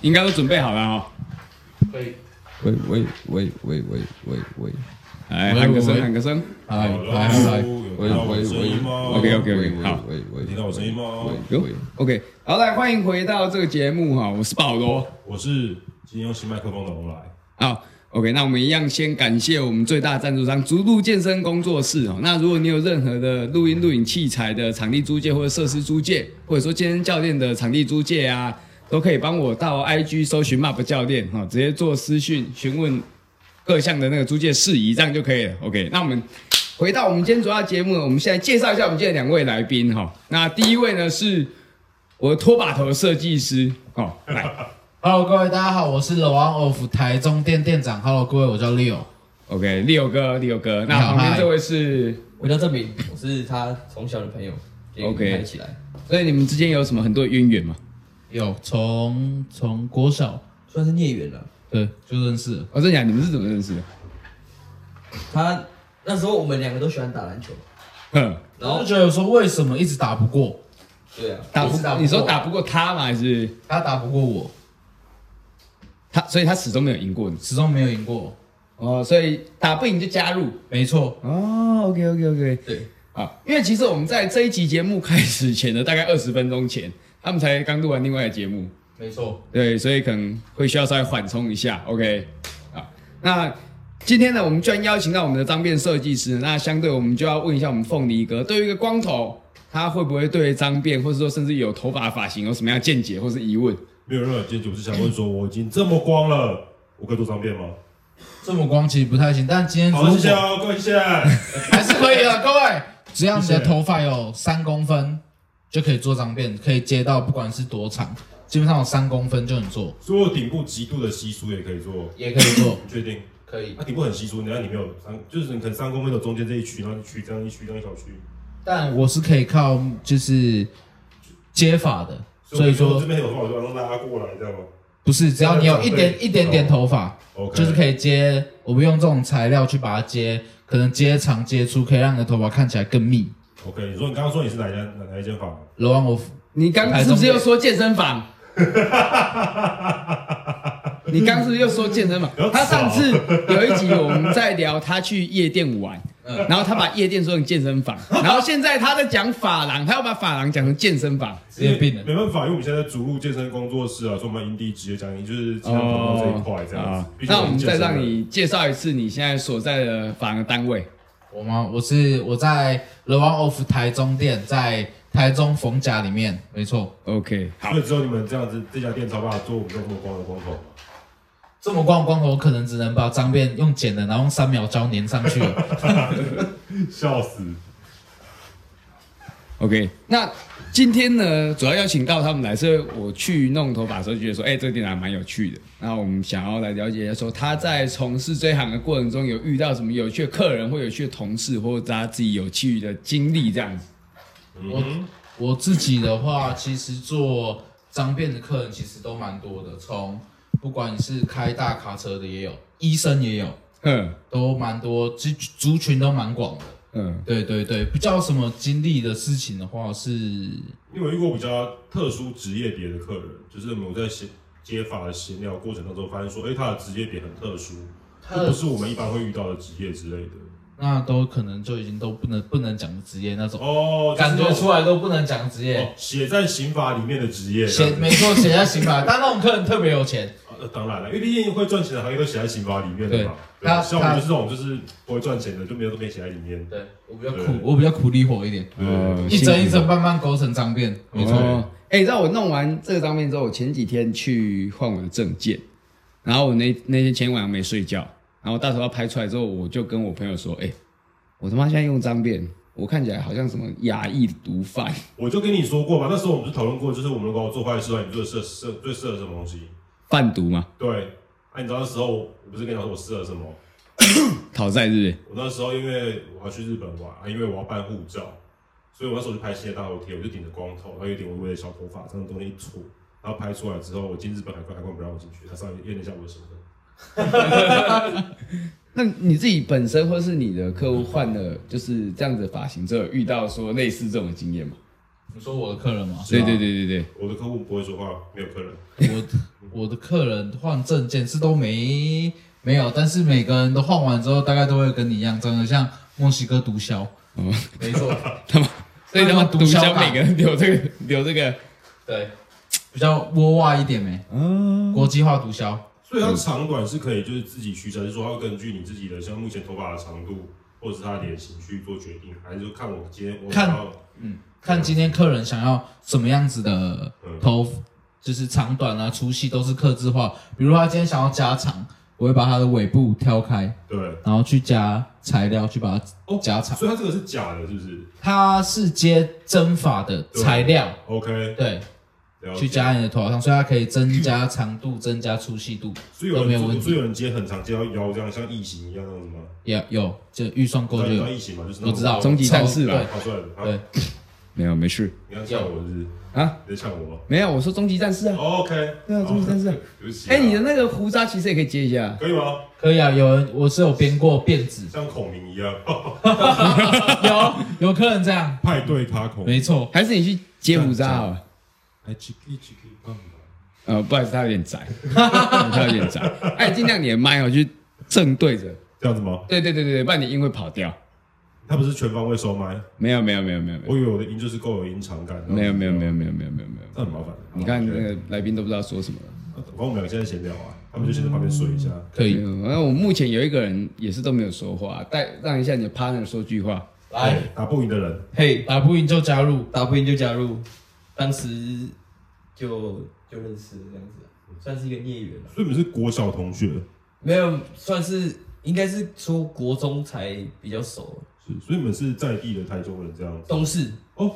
应该都准备好了哈。可以。喂喂喂喂喂喂喂，来哎喂喊个喂声，喊个声。来有哎来来，喂听到我喂的声喂音吗 OK，OK，OK，喂好喂喂，听到我声音吗喂哟喂， ，OK，好来，欢迎回到这个节目哈，我是保罗。我是今天用新麦克风的欧莱，好，OK，那我们一样先感谢我们最大赞助商逐鹿健身工作室哦。那如果你有任何的录音录影器材的场地租借或者设施租借，或者说健身教练的场地租借啊，都可以帮我到 IG 搜寻 MAP 教练哈、哦，直接做私讯询问各项的那个租借事宜，这样就可以了。OK，那我们回到我们今天主要节目呢，我们现在介绍一下我们今天的两位来宾哈、哦。那第一位呢是我的拖把头设计师哦，来 Hello，各位大家好，我是 The One of 台中店店长。Hello，各位，我叫 Leo。 ，OK，六哥，六哥，那你好旁边嗨这位是。我叫郑明，我是他从小的朋友，也 OK 拍起来。所以你们之间有什么很多渊源吗？有从从国小算是孽缘了。啊对就认识了，我正讲你们是怎么认识的？他那时候我们两个都喜欢打篮球，哼，然然后后就觉得说为什么一直打不过对啊，打不我是打不过你说打不过他吗？还是他，打不过我，他？所以他始终没有赢过你始终没有赢过我。哦，所以打不赢就加入没错，哦。OK OK OK，对，好，因为其实我们在这一集节目开始前的大概二十分钟前，他们才刚录完另外的节目，没错，对，所以可能会需要稍微缓冲一下。OK，啊，那今天呢，我们居然邀请到我们的脏辫设计师，那相对我们就要问一下我们凤梨哥，对于一个光头，他会不会对脏辫，或是说甚至有头发发型有什么样的见解或是疑问？没有任何坚持，我是想问说，我已经这么光了，我可以做脏辫吗？这么光其实不太行，但今天如好，果谢谢哦，各位谢 谢。还是可以 的，各位。只要你谢的谢头发有三公分，就可以做脏辫，可以接到不管是多长，基本上有三公分就能做，所以我顶部极度的稀疏也可以做，也可以做，你确定？可以。它顶部很稀疏，然后你没有三，就是你可能三公分的中间这一区，然后一区这样一区这样一小区，但我是可以靠就是接发的，所以我说这边有话我就让它拉过来，你知道吗不是只要你有一点一点点头发，哦？OK，就是可以接，我们用这种材料去把它接，可能接长接粗，可以让你的头发看起来更密。 OK。你说你刚刚说你是哪一家哪哪一间房？罗王我你刚刚是不是又说健身房？你刚是不是又说健身房不要？吵他上次有一集我们在聊他去夜店玩，然后他把夜店说成健身房，然后现在他在讲发廊，他要把发廊讲成健身房。职业病了没办法，因为我们现在在主路健身工作室啊，所以我们营地职业讲义就是经常碰到这一块这样子。毕竟哦那我们是健再身让人你介绍一次你现在所在的发廊单位。我吗？我是我在 The One of 台中店，在台中逢甲里面，没错。 OK，好所，以只有你们这样子，这家店才把做我们这么光的光头。这么光光头，我可能只能把脏辫用剪的，然后用三秒胶粘上去了。 笑死！ OK，那今天呢，主要邀请到他们来，是我去弄头发的时候就觉得说，哎、这个店还蛮有趣的。那我们想要来了解一下，说他在从事这一行的过程中，有遇到什么有趣的客人，或有趣的同事，或者他自己有趣的经历这样子。嗯我我自己的话，其实做脏辫的客人其实都蛮多的，从不管你是开大卡车的也有，医生也有，嗯都蛮多，其实族群都蛮广的。嗯，对对对，比较什么经历的事情的话是，因为我遇过比较特殊职业别的客人，就是我在闲接法的闲聊过程当中，发现说，哎、他的职业别很特殊，就不是我们一般会遇到的职业之类的。那都可能就已经都不能不能讲职业那种，哦，感觉出来。来都不能讲职业哦，。写在刑法里面的职业，这写样子没错，写在刑法，但那种客人特别有钱，呃当然了，因为毕竟会赚钱的行业都写在刑法里面的嘛。对对他像我他们就是这种就是不会赚钱的，就没有都没写在里面。对我比较对苦，我比较苦力活一点，对，一针一针慢慢勾成脏辫，没错。哦哎、你知道我弄完这张片之后，我前几天去换我的证件，然后我那那天前一晚上没睡觉，然后大头要拍出来之后，我就跟我朋友说，哎、我他妈现在用脏辫，我看起来好像什么亚裔毒贩。我就跟你说过嘛，那时候我们就讨论过，就是我们如果做坏事啊的话，你最适适最适合什么东西？贩毒嘛，对，啊那、你知道那时候我不是跟你讲说我适合什么？讨债是我那时候因为我要去日本玩，啊因为我要办护照，所以我那时候就拍新的大头贴，我就顶着光头，然后有点微微的小头发，这样东西一撮，然后拍出来之后，我进日本海关，海关不让我进去，他上面验了一下我的身份。不是？那你自己本身或是你的客户换了就是这样子的发型之后，有遇到说类似这种经验吗？你说我的客人吗？对对对对对，我的客户不会说话，没有客人。我 我的客人换证件是都没没有，但是每个人都换完之后，大概都会跟你一样，真的像墨西哥毒枭。哦没错，他妈，所以他妈毒毒枭枭吧每个人留这个留这个，对，比较窝哇一点没、嗯，国际化毒枭。所以它长短是可以就是自己取舍，就是说它会根据你自己的像目前头发的长度或者是它的脸型去做决定，还是说看我今天我看想要看今天客人想要什么样子的嗯头，就是长短啊、粗细都是刻字化。比如他今天想要加长，我会把它的尾部挑开，对，然后去加材料去把它加长。所以它这个是假的，是不是它是接针法的材料， ？OK，对，了去解。加你的头发上，所以它可以增加长度、增加粗细度所以都有没人有问所以题。有人今天很常见到腰这样像异形一样那样子吗？也有，就预算够就你知有道。异形吗？就是那我种知道，终极战士吧对，跑出来的。啊对没有没事你要呛我是不是？啊，你在呛我哦没有，我说终极战士啊， ？OK，对啊，好终极战士啊， 对不起啊。哎，你的那个胡渣其实也可以接一下，可以吗？，可以啊。有人我是有编过辫子像孔明一样 有有客人这样，派对卡孔哎没错。还是你去接胡渣好了。哎，chicky chicky 棒棒，呃，不好意思，他有点窄， 他有点窄。哎，尽量你的麦哦，去正对着。这样子吗？对对对对对，不然你音会跑掉。它不是全方位收麦，没有没有没有没有没有我以为我的音就是够有音场感。没有没有没有，没有没有没有没有。这很麻烦。你看那好，个来宾都不知道说什么了。反正我们两个现在闲聊啊，他们就先在旁边睡一下。可没以有，然后我目前有一个人也是都没有说话，带让一下你的 partner 说句话。来，对，打不赢的人，嘿，打不赢就加入，打不赢就加入，当时就就认识了这样子，啊算是一个孽缘了。所以你们是国小同学，没有，算是应该是说国中才比较熟，啊是，所以你们是在地的台中人这样子。东市哦，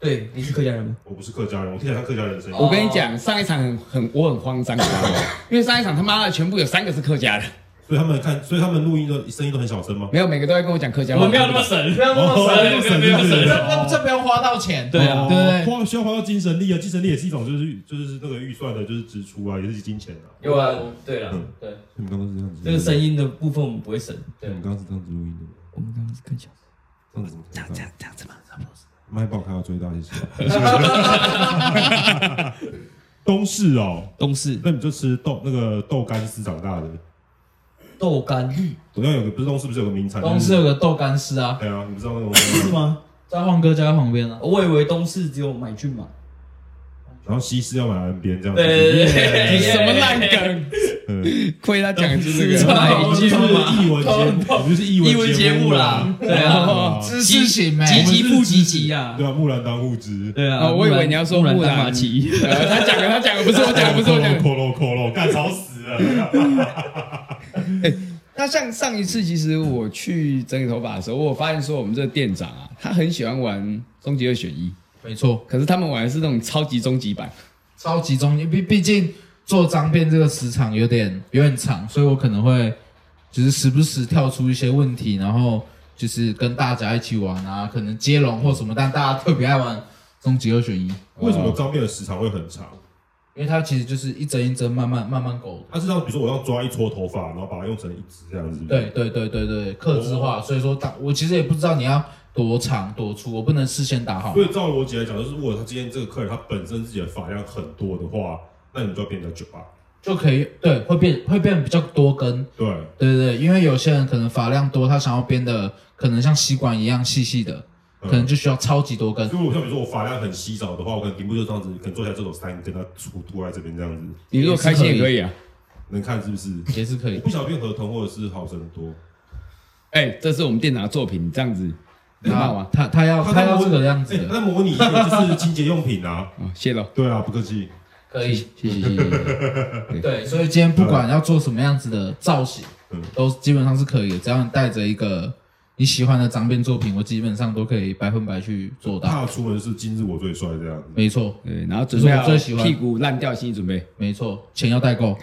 对，你是客家人吗？我不是客家人，我听起来像客家人的声音。我跟你讲，上一场很很我很慌张，你知道吗因为上一场他妈的全部有三个是客家的，所以他们看，所以他们录音都声音都很小声吗？没有每个都在跟我讲客家话。神，没有那哦么神，神没有是不神。是这这不要花到钱，对啊对不对？花需要花到精神力啊，精神力也是一种就是就是那个预算的，就是支出啊，也是金钱啊。有啊，对了嗯，对，你们刚刚是这样子，这个声音的部分我们不会省。你们刚刚是这样子录音的吗？我们刚刚是更小，这样子怎么可以这样？这样子吗？差不多。麦帮我开到最大，谢 谢。东市哦，东市那你就吃豆那个豆干丝长大的，豆干好像有个不是东市不是有个名产？公司有个豆干师啊，对啊，你不知道那种是吗？在晃哥家旁边啊，我以为东市只有买骏马。然后西施要买 N 边这样子，对对什么烂梗？嗯，亏他讲出这是个。吧我们就是译文节目，我们就是译译文节目啦目对啊哦知识型积没极不积极啊？对啊，木兰当户织，对啊哦，我以为你要说木兰马奇，呃他讲的，他讲的不是我讲的，不是我讲 的。咯咯咯咯，干吵死了。那像上一次，其实我去整理头发的时候，我有发现说我们这个店长啊，他很喜欢玩终极二选一，没错，可是他们玩的是那种超级终极版。超级中间，毕毕竟做脏辫这个时长有点有点长，所以我可能会就是时不时跳出一些问题，然后就是跟大家一起玩啊，可能接龙或什么，但大家特别爱玩终极二选一，为什么脏辫的时长会很长？因为它其实就是一针一针慢慢慢慢狗它是让比如说我要抓一撮头发，然后把它用成一直这样子。对对对对对，克制化，所以说打我其实也不知道你要多长多粗，我不能事先打好所。以照逻辑来讲，就是如果他今天这个客人他本身自己的发量很多的话，那你就要变成九八。就可以对，会变会变比较多根，对，对对对，因为有些人可能发量多，他想要编的可能像吸管一样细细的，可能嗯。就需要超级多 根。如果像比如说我发量很稀少的话，我可能顶部就这样子，可能做起来这种三根，它突突在这边这样子，你如果开心也可以啊。嗯能看是不是？也是可我以，不想变合同或者是好很哦多，哎、这是我们店长的作品，你这样子礼貌那吗？他他要他要这个样子哎 的，那模拟一个就是清洁用 品啊，哦，谢喽，对啊，不客气。可以。谢谢谢谢谢谢。对，所以今天不管要做什么样子的造型嗯，都基本上是可以的，只要你带着一个你喜欢的脏辫作品，我基本上都可以百分百去做到。怕出门是今日我最帅这样子，没错，对，然后准备好这是我最喜欢屁股烂掉，心理准备。没错，钱要代购，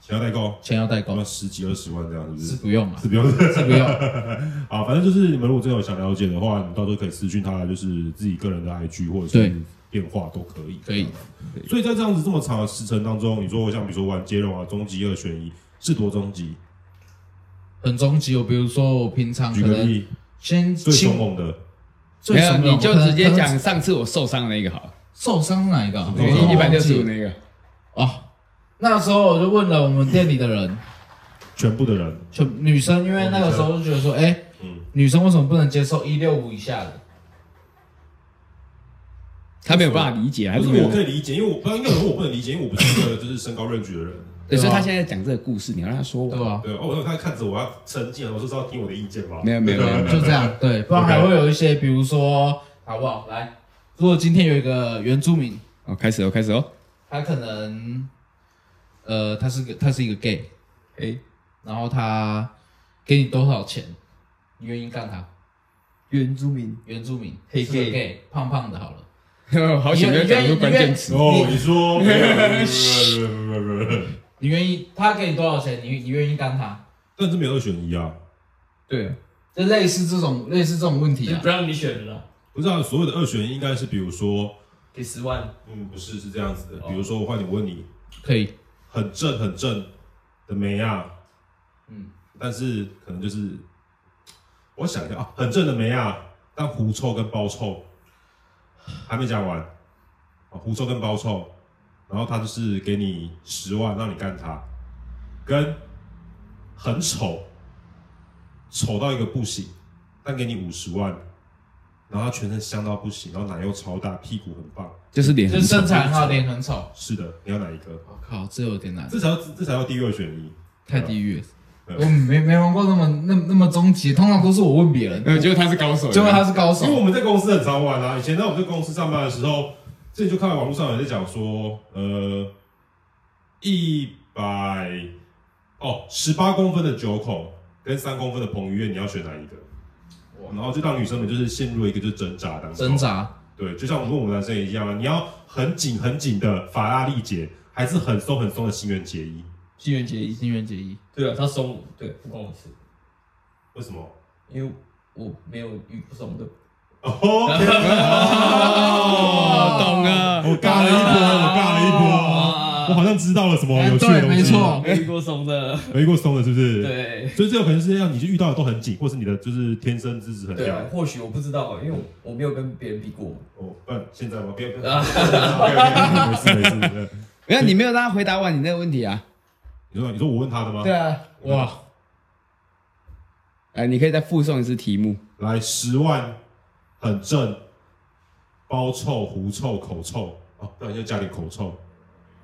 想要代购，钱要代搞购到十几二十万这样是不是是？不用了，是不用是不用。啊，反正就是你们如果真的有想了解的话，你到时候可以私讯他，就是自己个人的 IG 或者对是电话都可以。可以。所以在这样子这么长的时程当中，你说像比如说玩接龙啊，终极二选一是多终极？很终极，我哦比如说我平常举可个能例，先最轻凶猛的，最有，什么，你就我可能直接可讲能上次我受伤那一个好了，受伤哪一个啊？对我都忘一记百六十五那个。哦，那时候我就问了我们店里的人，全部的人，全女生，因为那个时候就觉得说，哎、嗯，女生为什么不能接受一六五以下的？他没有办法理解，还不是是没有我可。以理解，因为我不知道，应该有人问我不能理解，因为我不是一个就是身高 range 的人。对，所以对啊他现在讲这个故事，你要让他说对啊完。吧？对，哦，我他看着我要沉浸，我说是要听我的意见吧？没有没有没有，没有就这样，对，不然 OK 还会有一些，比如说，好不好？来，如果今天有一个原住民，哦，开始哦，开始哦。他可能，呃，他是个他是一个 gay，哎，然后他给你多少钱，你愿意干他？原住民原住民，黑是个 gay gay，胖胖的，好了，好险，没有讲出关键词。 哦，你说 没有没有没有没有没有没有没有，你愿意？他给你多少钱？你你愿意干他？但是没有二选一啊，对啊，就类似这种类似这种问题就是啊不，让你选了啦，不是啊，所有的二选一应该是比如说，给十万，嗯，不是是这样子的，比如说我换你问你，可以，很正很正的梅亚，嗯，但是可能就是我想一下啊，很正的梅亚，但狐臭跟包臭还没讲完啊，狐臭跟包臭，然后他就是给你十万让你干他，跟很丑，丑到一个不行，但给你五十万，然后他全身香到不行，然后奶又超大，屁股很棒，就是脸就很身丑， 材很好，脸很丑。是的，你要哪一个？我靠，这有点难，这才要这才要第二选一，太地狱了。对啊我没没玩过那么那那么终极，通常都是我问别人，嗯，结果他是高手。结果他是高因为我手。们在公司很常玩啊，以前在我们在公司上班的时候，这就看到网络上有人在讲说，呃，一百哦十八公分的九孔跟三公分的彭于晏，你要选哪一个？然后就让女生们就是陷入一个就是挣扎当中，挣扎，对，就像我们问我们男生一样啊，你要很紧很紧的法拉利结，还是很松很松的新垣结衣？新元结衣，新垣结衣，对啊，他松我，对，不关我事，为什么？因为我没有遇不松 的， 哦，懂啊了。我尬了一波，我尬了一波，我好像知道了什么有趣的哎对，东没，西，错，没遇过松的，没过松了是不是？。对。啊所以这有可能是让你就遇到的都很紧，或是你的就是天生资质很对屌啊。，或许我不知道，因为我我没有跟别人比过。哦，不然现在吗？不要不要，没事没事没事。没有，你没有让他回答完你那个问题啊。你说你说我问他的吗？对啊，哇，哎，你可以再附送一次题目。来十万，很正，包臭、狐臭、口臭，哦，不然就加点口臭。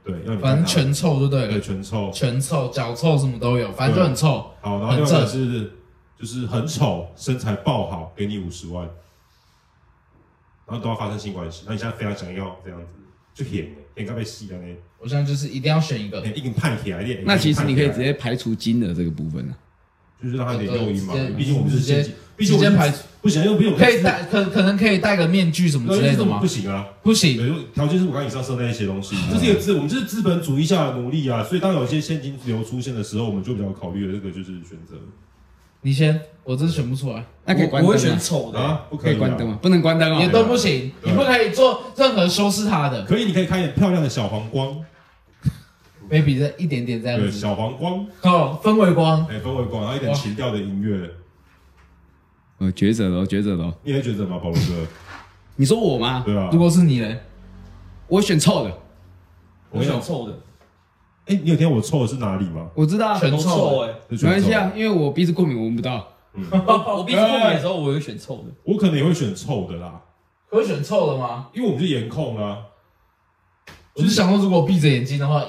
对，要你看他反正全臭就对对了，全臭。全臭、脚臭什么都有，反正就很臭。好，然后很另外正是就是很丑，身材爆好，给你五十万，然后都要发生性关系，那你现在非常想要这样子，就舔了，舔到被吸了呢。我现在就是一定要选一个，欸一根派起来，你那其实你可以直，接排除金额这个部分啊。就是让他点诱因嘛呃对直接。毕竟我们是先进，毕直竟我接们排是不行，因为毕竟我们可以戴可可能可以戴个面具什么之类的吗不？行啊，不行，对，条件是我刚以上说的那一些东西，这是一个资，我们这是资本主义下的奴隶啊。所以当有一些现金流出现的时候，我们就比较考虑了这个就是选择你先，我真选不出来，那可以我关我会灯选吗？丑的，啊，不可以啊关灯吗？不能关灯也哦。都不行，对你不可以做任何修饰他的可以，你可以开点漂亮的小黄光， ，maybe 这一点点这样对，子，小黄光，哦，氛围光，哎，氛围光，然后一点情调的音乐，呃，抉择喽，抉择喽。你也觉得怎么样，保罗哥？你说我吗？对啊如，果是你嘞，我选臭的，我选臭的，哎，你有听我臭的是哪里吗？我知道啊。全都臭臭哎、没没关系啊，因为我鼻子过敏，我闻不到。我我鼻子过敏的时候，我会选臭的。我可能也会选臭的啦，可以选臭的吗？因为我们是颜控啊。我是想说，如果闭着眼睛的话，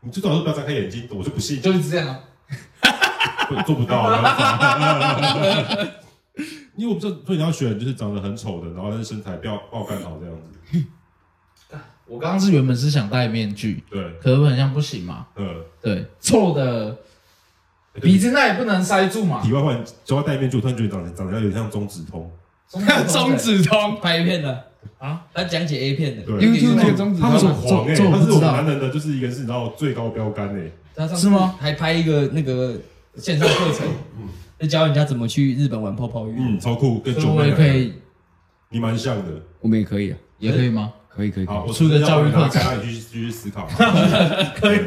你最早就不要张开眼睛，我就不信，就是这样啊。做做不到。然后 因为我不知道，所以你要选就是长得很丑的，然后但是身材不要爆干好这样子。我刚刚是原本是想戴面具，对，可是很像不行嘛。呃，对，臭的鼻子那也不能塞住嘛。题外话，你只要戴面具，我突然觉得长得长得有点像 中指通。中指通，拍片的啊，他讲解 A 片的对 YouTube 那个中指他们很通，黄哎、这这这我他不是我知道们男人的就是一个是你知道最高标杆哎、他上次是吗？还拍一个那个线上课程， 在教人家怎么去日本玩泡泡浴。嗯，超酷，跟所以九我妹也可，以，你蛮像的。我们也可以啊，也可以吗？可以可以可以好，。我出个教育课程让你去继续思考。 可以，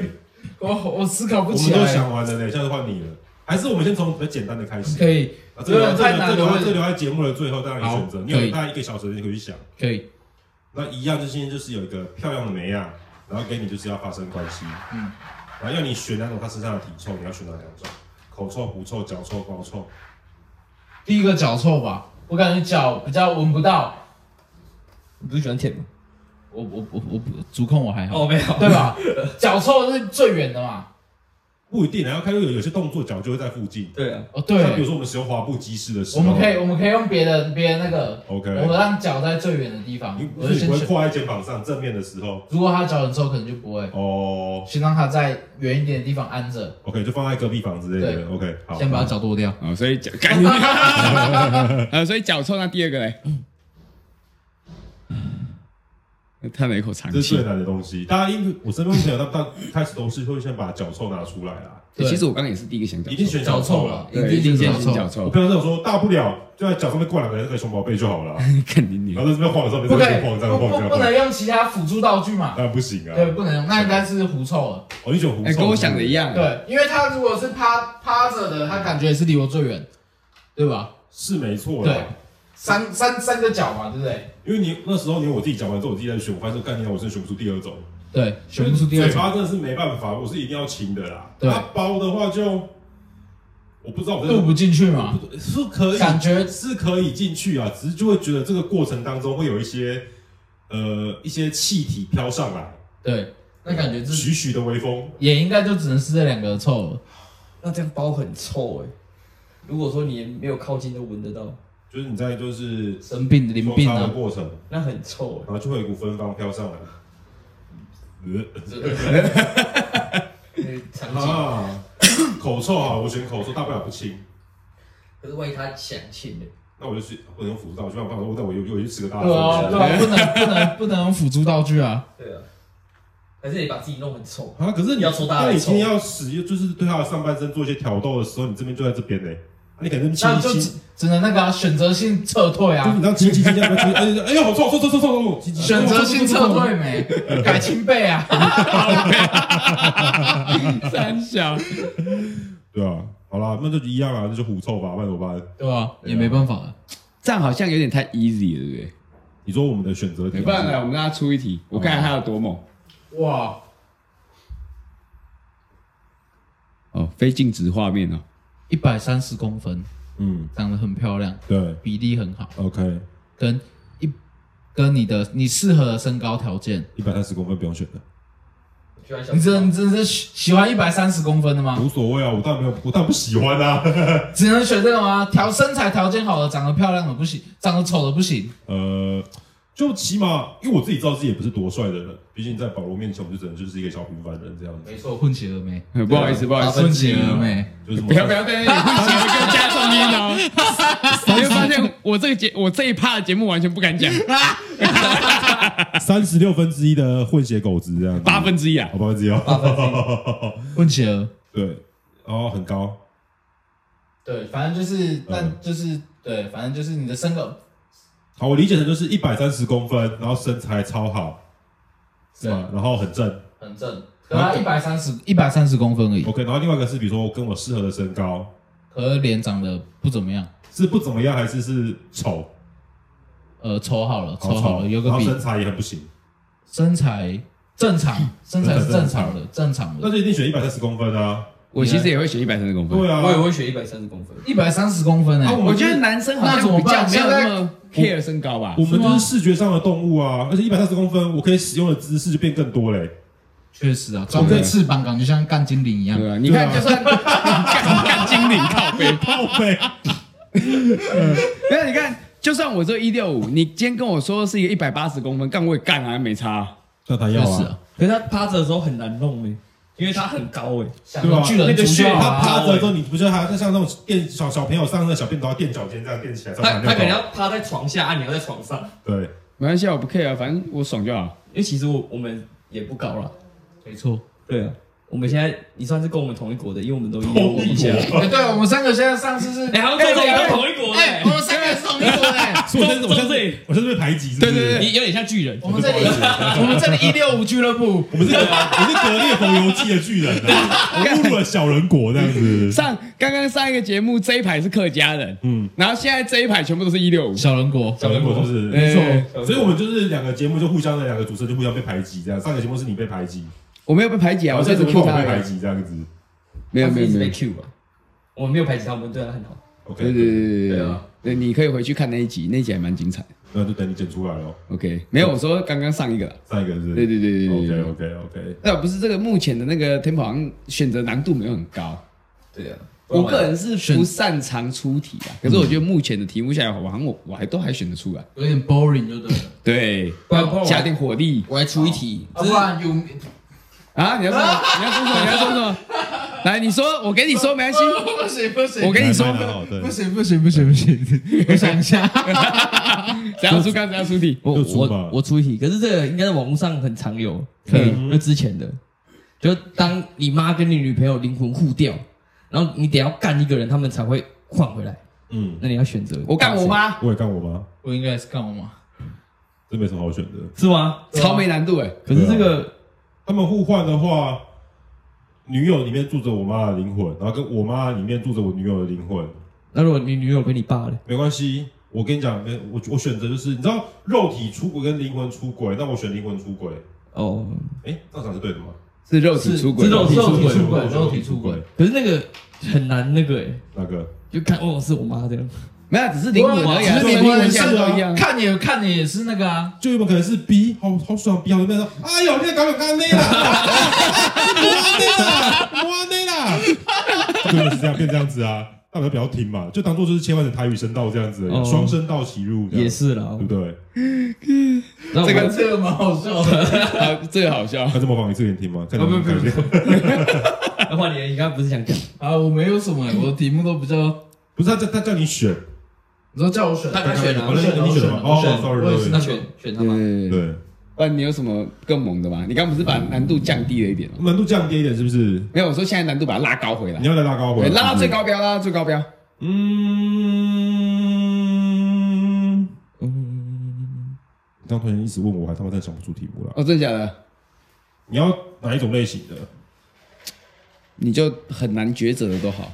我我思考我不们起都来。想完了呢、下次换你了。还是我们先从比较简单的开始。可以，啊，这个对太难这了我个这留在节目的最后，当然好你选择，你可有以大概一个小时你可以去想。可以，那一样，就是现在就是有一个漂亮的梅亚，啊然后跟你就是要发生关系，嗯嗯，然后要你选哪种他身上的体臭，你要选哪两种？口臭、狐臭、脚臭、猫臭，第一个脚臭吧，我感觉脚比较闻不到。你不是喜欢舔吗？我我我我足控我还好，哦，没 有，对 吧？脚臭是最远的嘛。不一定啊。然后看有有些动作脚就会在附近，对啊，哦，像比对，如说我们使用滑步机式的时我候，们可以我们可以用别的别的那个， OK，我们让脚在最远的地方你。我不就是先你不会选，跨在肩膀上正面的时候，如果他脚很臭，可能就不会，哦先让他在远一点的地方安着， ，OK，就放在隔壁房之类的，OK，好，先把他脚剁掉。啊、所以脚 感觉，啊，所以脚臭那第二个嘞，嗯叹了一口长这是气最。难的东西。大家因为我身边朋友，他他开始都是会先把脚臭拿出来啦，欸其实我刚刚也是第一个想讲一，定选脚臭了。对，一定先选脚我臭， 朋友跟我说，大不了就在脚上面灌两个那个熊宝贝就好 了。啊肯定你然。后在这边晃的时候，不每可次以，边晃这样不晃这不样不晃，能用其他辅助道具嘛？那不行啊。对，不能用，那应该是狐臭了。我就觉得狐哎、臭，跟我想的一样。对，因为他如果是趴趴着的，他感觉也是离我最远，对吧？是没错对的。，三三三个角嘛，对不对？因为你那时候你我自己讲完之后，我自己在选，我发现概念我真的选不出第二种，对，选不出第二嘴种。巴真的是没办法，我是一定要清的啦。对它包的话就我不知道我在录不进去嘛，是可嗯以感觉是可以进去啊，只是就会觉得这个过程当中会有一些呃一些气体飘上来，对，那感觉是徐徐的微风，也应该就只能是这两个臭了。那这样包很臭哎、如果说你没有靠近都闻得到，就是你在就是生病的淋病冲杀的啊，过程，那很臭哎、然后就会有一股芬芳飘上来。那个呃场景。啊，口臭啊，我选口臭，大不了不清。可是万一他想亲的，那我就去不能用辅助道具，我怕我我我我去吃个大对啊，对餐。啊，不能不能不能用辅助道具啊。对啊，还是你把自己弄很臭。啊！可是你要抽大的那你今天抽要使用，就是对他的上半身做一些挑逗的时候，你这边就在这边呢、啊你可能亲那一就亲，只只能那个啊选择性撤退就是啊你，知道亲亲亲亲，要不要亲哎哎呦，好臭臭臭臭臭臭！亲亲选择性撤退没？改清背啊，三小，对啊，好啦，那就一样啊，那就狐臭吧，那怎么办？对吧？对啊也没办法了。这样好像有点太 easy 了，对不对？你说我们的选择题没办法，我们让他出一题，我看看他有多猛。哇，哦，非静止画面哦，一百三十公分，嗯，长得很漂亮，对比例很好， ，OK，跟一跟你的你适合的身高条件。一百三十公分不用选的，我居然想你真你真是喜喜欢一百三十公分的吗？无所谓啊，我当然没有，我当然不喜欢啊。 只能选这个吗？条身材条件好的，长得漂亮的不行，长得丑的不行。呃，就起码，因为我自己知道自己也不是多帅的人，毕竟在保罗面前，我就只能就是一个小平凡人这样子，错，混血儿妹，呃不好意思，不好意思，混血儿妹，就是不要不要在那里 混血跟加重音 哦。你会发现我这个节我这一趴的节目完全不敢讲，三十六分之一的混血狗子这样子，八分之一啊，哦，八分之一哦，混血儿。 对，哦，很高，对，反正就是，但嗯就是对，反正就是你的身高，好，我理解成就是一百三十公分，然后身材超好，是吧？然后很正。很正，可他一百三十一百三十公分而已， OK，然后另外一个是，比如说跟我适合的身高可是脸长得不怎么样。是不怎么样，还是是丑，呃，丑好了，好丑好了，有个然后比身材也很不行，身材正常， 身材是正正常常的，正常那的。就一定选一百三十公分啊。我其实也会选一百三十公分。对啊，我也会选一百三十公分，一百三十公分哎、啊我觉得男生好像那怎么比较办没有现在那么 care 身高吧我。们是吗就是视觉上的动物啊，而且一百三十公分，我可以使用的姿势就变更多嘞。确实啊，装个翅膀感觉像干精灵一样。对啊，你看，就算干干精灵靠背，靠背， 没有你看，就算我这一六五，你今天跟我说是一个一百八十公分，干我也干啊，没差啊。 那他确要实啊啊，，可是他趴着的时候很难弄哎、因为他很高哎、像对吧？巨人那族个就血好他啊趴着的时候，你不觉得他像那种垫小小朋友上那个小便斗，要垫脚尖这样垫起来，上他来他可能那种要趴在床下，啊，你要在床上，对，没关系啊，我不 care 啊，反正我爽就好。因为其实我我们也不高啦。没错，对啊，我们现在你算是跟我们同一国的，因为我们都约我一下。啊 哎，对，我们三个现在上次是哎，还有这种跟同一国的，哎，我们三个是同一国的 哎，所以我现在我现中中在队我现在被排挤，是不对对是？对你对你有点像巨人，我们这里我们这里一六五俱乐部，我们是格我是格列佛游记的巨人啊，我侮辱了小人国这样子。上刚刚上一个节目这一排是客家人，嗯，然后现在这一排全部都是一六五，小人国，哎小人国就是没错所以我们就是两个节目就互相的两个主持人就互相被排挤，这样上个节目是你被排挤，我没有被排挤啊，然后我哦这这次个节目 Q 我他被排而已，挤这样子。没有他没是有一直没被有， Q 啊，我们没有排挤他，我们对他很好。对 OK，对对对对对啊，对，你可以回去看那一集，那一集还蛮精彩的。那就等你剪出来咯。 OK，没有，我说刚刚上一个啦，上一个是对对对对对对 OK OK OK，那呃不是这个目前的那个 tempo 好像选择难度没有很高，对啊，我个人是不擅长出题啊，可是我觉得目前的题目下来，好像我我还都还选得出来。有点 boring 就对了。对，不然不然我加点火力我还出一题，啊不然有不啊！你要说什么？你要说什么？你要说什么？来，你说，我给你说，没关哦系。行不行我跟你说，蛮好的不行不行不行不行，我想一下，怎样出看怎样出题。我又出吧我我出一题，可是这个应该在网络上很常有，嗯就之前的，就当你妈跟你女朋友灵魂互掉，然后你得要干一个人，他们才会换回来。嗯，那你要选择我干我妈，我也干我妈，我应该是干嘛？这没什么好选的。是吗？超没难度哎。可是这个他们互换的话，女友里面住着我妈的灵魂，然后跟我妈里面住着我女友的灵魂，那如果你女友跟你爸嘞，没关系。我跟你讲，没我我选择就是，你知道肉体出轨跟灵魂出轨，那我选灵魂出轨。哦，哎，这样讲是对的吗？是肉体出轨是，肉体出轨出轨肉体出轨，可是那个很难那个诶，那个就看哦是我妈这样，没有，只是灵魂而已啊，只跟是你对灵不能魂现在都一样看，。看也看也也是那个啊，就有没有可能是 B，好好爽 B，好有没有说，哎呦，你在搞我干妹啦，我内啦，我内啦，真的是这样变这样子啊？大家不要听嘛，就当做就是切换成台语声道这样子而已，哦双声道齐入这样也，是啦对。啊不对？然后这个这个蛮好笑的。啊，这个好笑。那这模仿一次给你听 吗？看啊你不们不不感觉我换你，你刚刚不是想讲？啊，我没有什么，我的题目都比较，不是他啊叫他叫你选，你说叫我选，他选啊我选你选吗？我选哦，sorry，我也是 sorry，那选选他对妈。对对，对，不然你有什么更猛的吗？你刚不是把难度降低了一点吗？难度降低一点是不是？没有，我说现在难度把它拉高回来你，要来拉高回对来，拉到最是不是。高标，拉到最高标。嗯，嗯，你刚突然一直问我，我还他妈真的想不出题目了。哦，真的假的？你要哪一种类型的？你就很难抉择的都好。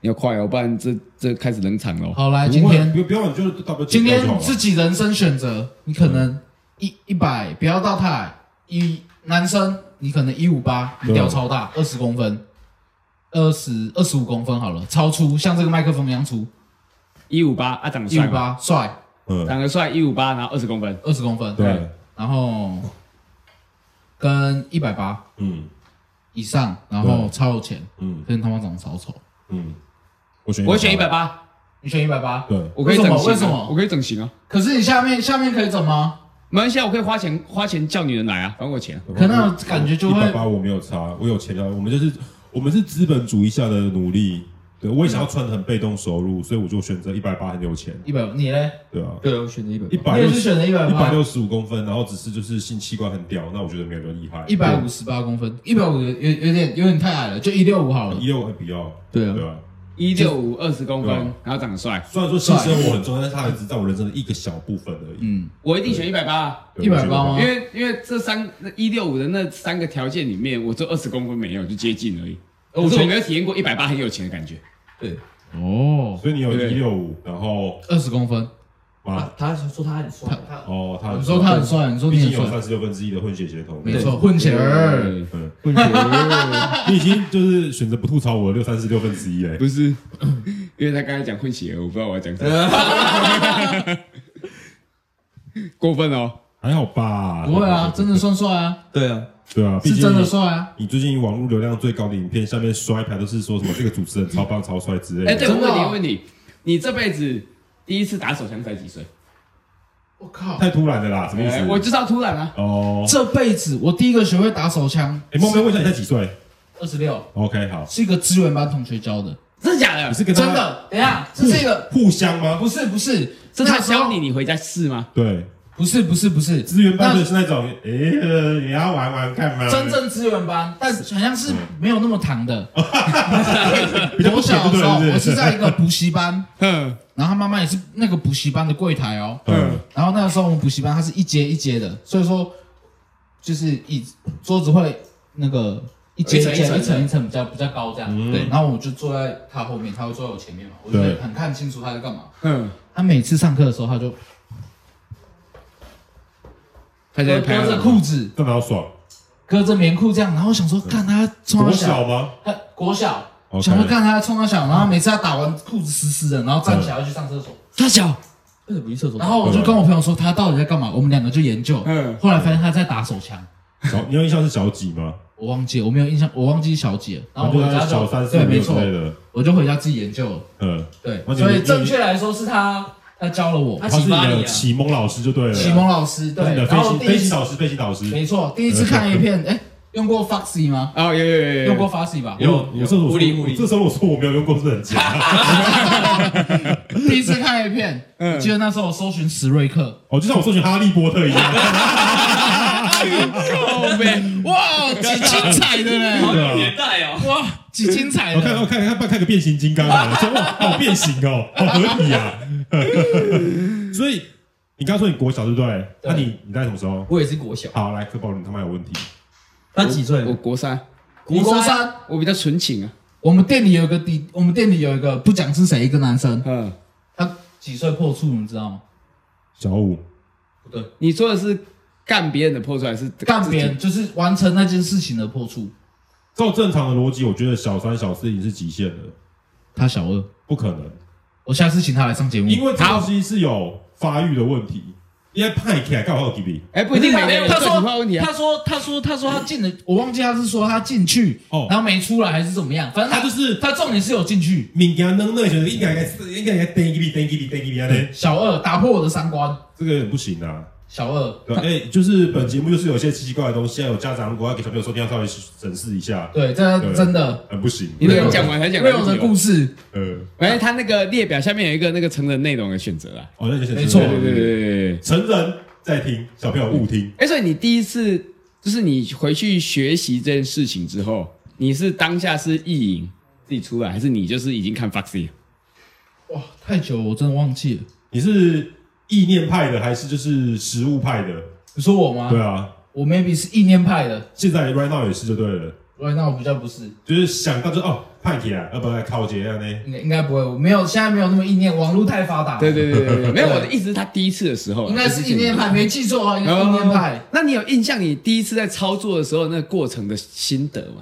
你要快哦，不然这这开始冷场喽。好来，哎不今会天不不要，你就大不了今剪掉就好天了自己人生选择，你可能一一百不要到太矮一男生，你可能一五八，你掉超大，二十公分，二十二十五公分好了，超粗，像这个麦克风一样粗，一五八啊，长得一帅五吗，八帅，嗯，长得帅，一五八，然后二十公分，二十公分，对，然后跟一百八嗯以上，然后对超有钱，嗯跟他妈长得超丑，嗯，我选我选一百180，八，你选一百八，对，我可以整形啊、为什么我可以整形啊，可是你下面下面可以整吗？没关系啊，我可以花钱花钱叫女人来啊，还我钱啊。可那感觉就一会百八我没有差，我有钱啊，我们就是我们是资本主义下的努力。对，我也想要穿的很被动收入，所以我就选择一百八很有钱，一百，你嘞？对啊，对，我选择一本一。你百也六是十选择一百一百八。六十五公分，然后只是就是性器官很屌，那我觉得没有人厉害。一百五十八公分，一百五有有有点有点太矮了，就一六五好了一。六很比较，对啊对，吧？一六五二十公分对啊，然后长得帅，虽然说性生活很重要，但是它还只占我人生的一个小部分而已。嗯，我一定选一百八，啊对我觉得180吗因为因为这三一六五的那三个条件里面，我只有二十公分没有，就接近而已。哦可是所我以没有体验过一百八很有钱的感觉。对，哦，所以你有对一六五，然后二十公分。他妈啊他说他很帅，哦，他你说他很帅，你说毕你竟很有帅，三十六分之一的混血血统，没错，混血儿。对嗯，不行。你已经就是选择不吐槽我的六三十六分之一哎嘞。不是，因为他刚才讲混血儿，我不知道我要讲什么，过分哦。还好吧？不会啊，真的算帅啊，对啊，对啊，毕是竟真的帅啊。你最近网络流量最高的影片下面刷一排都是说什么这个主持人超棒、超帅之类哎，的。对，我真的问哦你，问你，你这辈子第一次打手枪才几岁？我靠，太突然了啦，什么意哎我思？知道突然啊，哦，这辈子我第一个学会打手枪，哎，冒昧问一下，你才几岁二十六， ？OK，好，是一个支援班同学教的，真的假你的？是跟他 真的。等一下，这是一个互相吗？不是不是，是那他时候教你，你回家试吗？对，不是不是不是，资源班的是那种，诶、呃也要玩玩看嘛，真正资源班，但好像是没有那么糖的。嗯哦比较我不甜小对时候不对？我 是在一个补习班，哼，然后他妈妈也是那个补习班的柜台哦。嗯，然后那个时候我们补习班它是一阶一阶的，所以说就是椅桌子会那个一阶一一层一阶层一层一层比较比较高这样。嗯对然后我就坐在他后面，他会坐在我前面嘛，我就对很看清楚他在干嘛。嗯，他每次上课的时候，他就他现在隔拍着裤子，干嘛要爽？隔着棉裤这样，然后我想说，看他冲他国小小，吗？他国小， OK 想说看他冲他小，然后每次他打完裤子湿湿的，然后站起来要去上厕所，他小，为什么去厕所？然后我就跟我朋友说他到底在干嘛，我们两个就研究，嗯后来发现他在打手枪。小，你有印象是小几吗？我忘记了，我没有印象，我忘记小姐，然后就啊我回是家就小三四对，五没六之错，类的，我就回家自己研究了，嗯，对而，且所你以你正确来说是他他教了我，他他是启你发你啊，的启蒙老师就对了，启蒙老师他对是你，的然飞后行第一飞行次老师，飞行老师，没错，第一次看 A 片，哎，用过 Foxy 吗？哦，有有有有用过有， Foxy 吧？有我这时候我狐说狸狐狸这时候我说我没有用过是 很假，第一次看 A 片，嗯记得那时候我搜寻史瑞克，哦，就像我搜寻哈利波特一样，靠背， 哇，几精彩的嘞，好啊有年代哦，哇，几精彩哦我看我的，看看看个变形金刚啊，我说哇，好变形哦，好合理啊， 所以你刚说你国小对不对？那你你在什么时候？我也是国小，好，来科宝，你他妈有问题，他几岁？我国三，国国三，我比较纯情啊，我们店里有一个弟，我们店里有一个不讲是谁一个男生，嗯，他几岁破处，你知道吗？小五，你说的是干别人的破出来是干别人就是完成那件事情的破处。照正常的逻辑，我觉得小三小四已经是极限了，他小二，不可能。我下次请他来上节目。因为这东西是有发育的问题，因为派起来刚好 GB 哎，不一定每个没有人他有个说体化问题啊，他说他说他说他进了，我忘记他是说他进去，哦然后没出来还是怎么样，反正他他就就是是他重点是有进去。敏感能那些应该该是应该该等 GB 等 GB 等 GB 啊，小二打破我的三观，这个很不行啊。小二对，哎，就是本节目就是有一些奇奇怪怪的东西，有家长如果要给小朋友收听，要稍微审视一下，对，这对真的很不行。你那个讲完才讲，real 的故事，事，呃，哎，他那个列表下面有一个那个成人内容的选择啊，哦，那就是没错对对对对对。成人在听，小朋友勿听。哎、所以你第一次就是你回去学习这件事情之后，你是当下是意淫自己出来，还是你就是已经看 Foxy？哇，太久了我真的忘记了。你是意念派的还是就是实物派的？你说我吗对？啊，我 maybe 是意念派的，现在 right now 也是就对了， right now 比较不是，就是想到就哦，派起来，要不要靠结啊呢？应该应该不会，我没有现在没有那么意念，网络太发达，对，对对对对，没有我的意思是他第一次的时候啊，应该就是是意念派，没记错啊，应该是意念派哦。那你有印象你第一次在操作的时候那个过程的心得吗？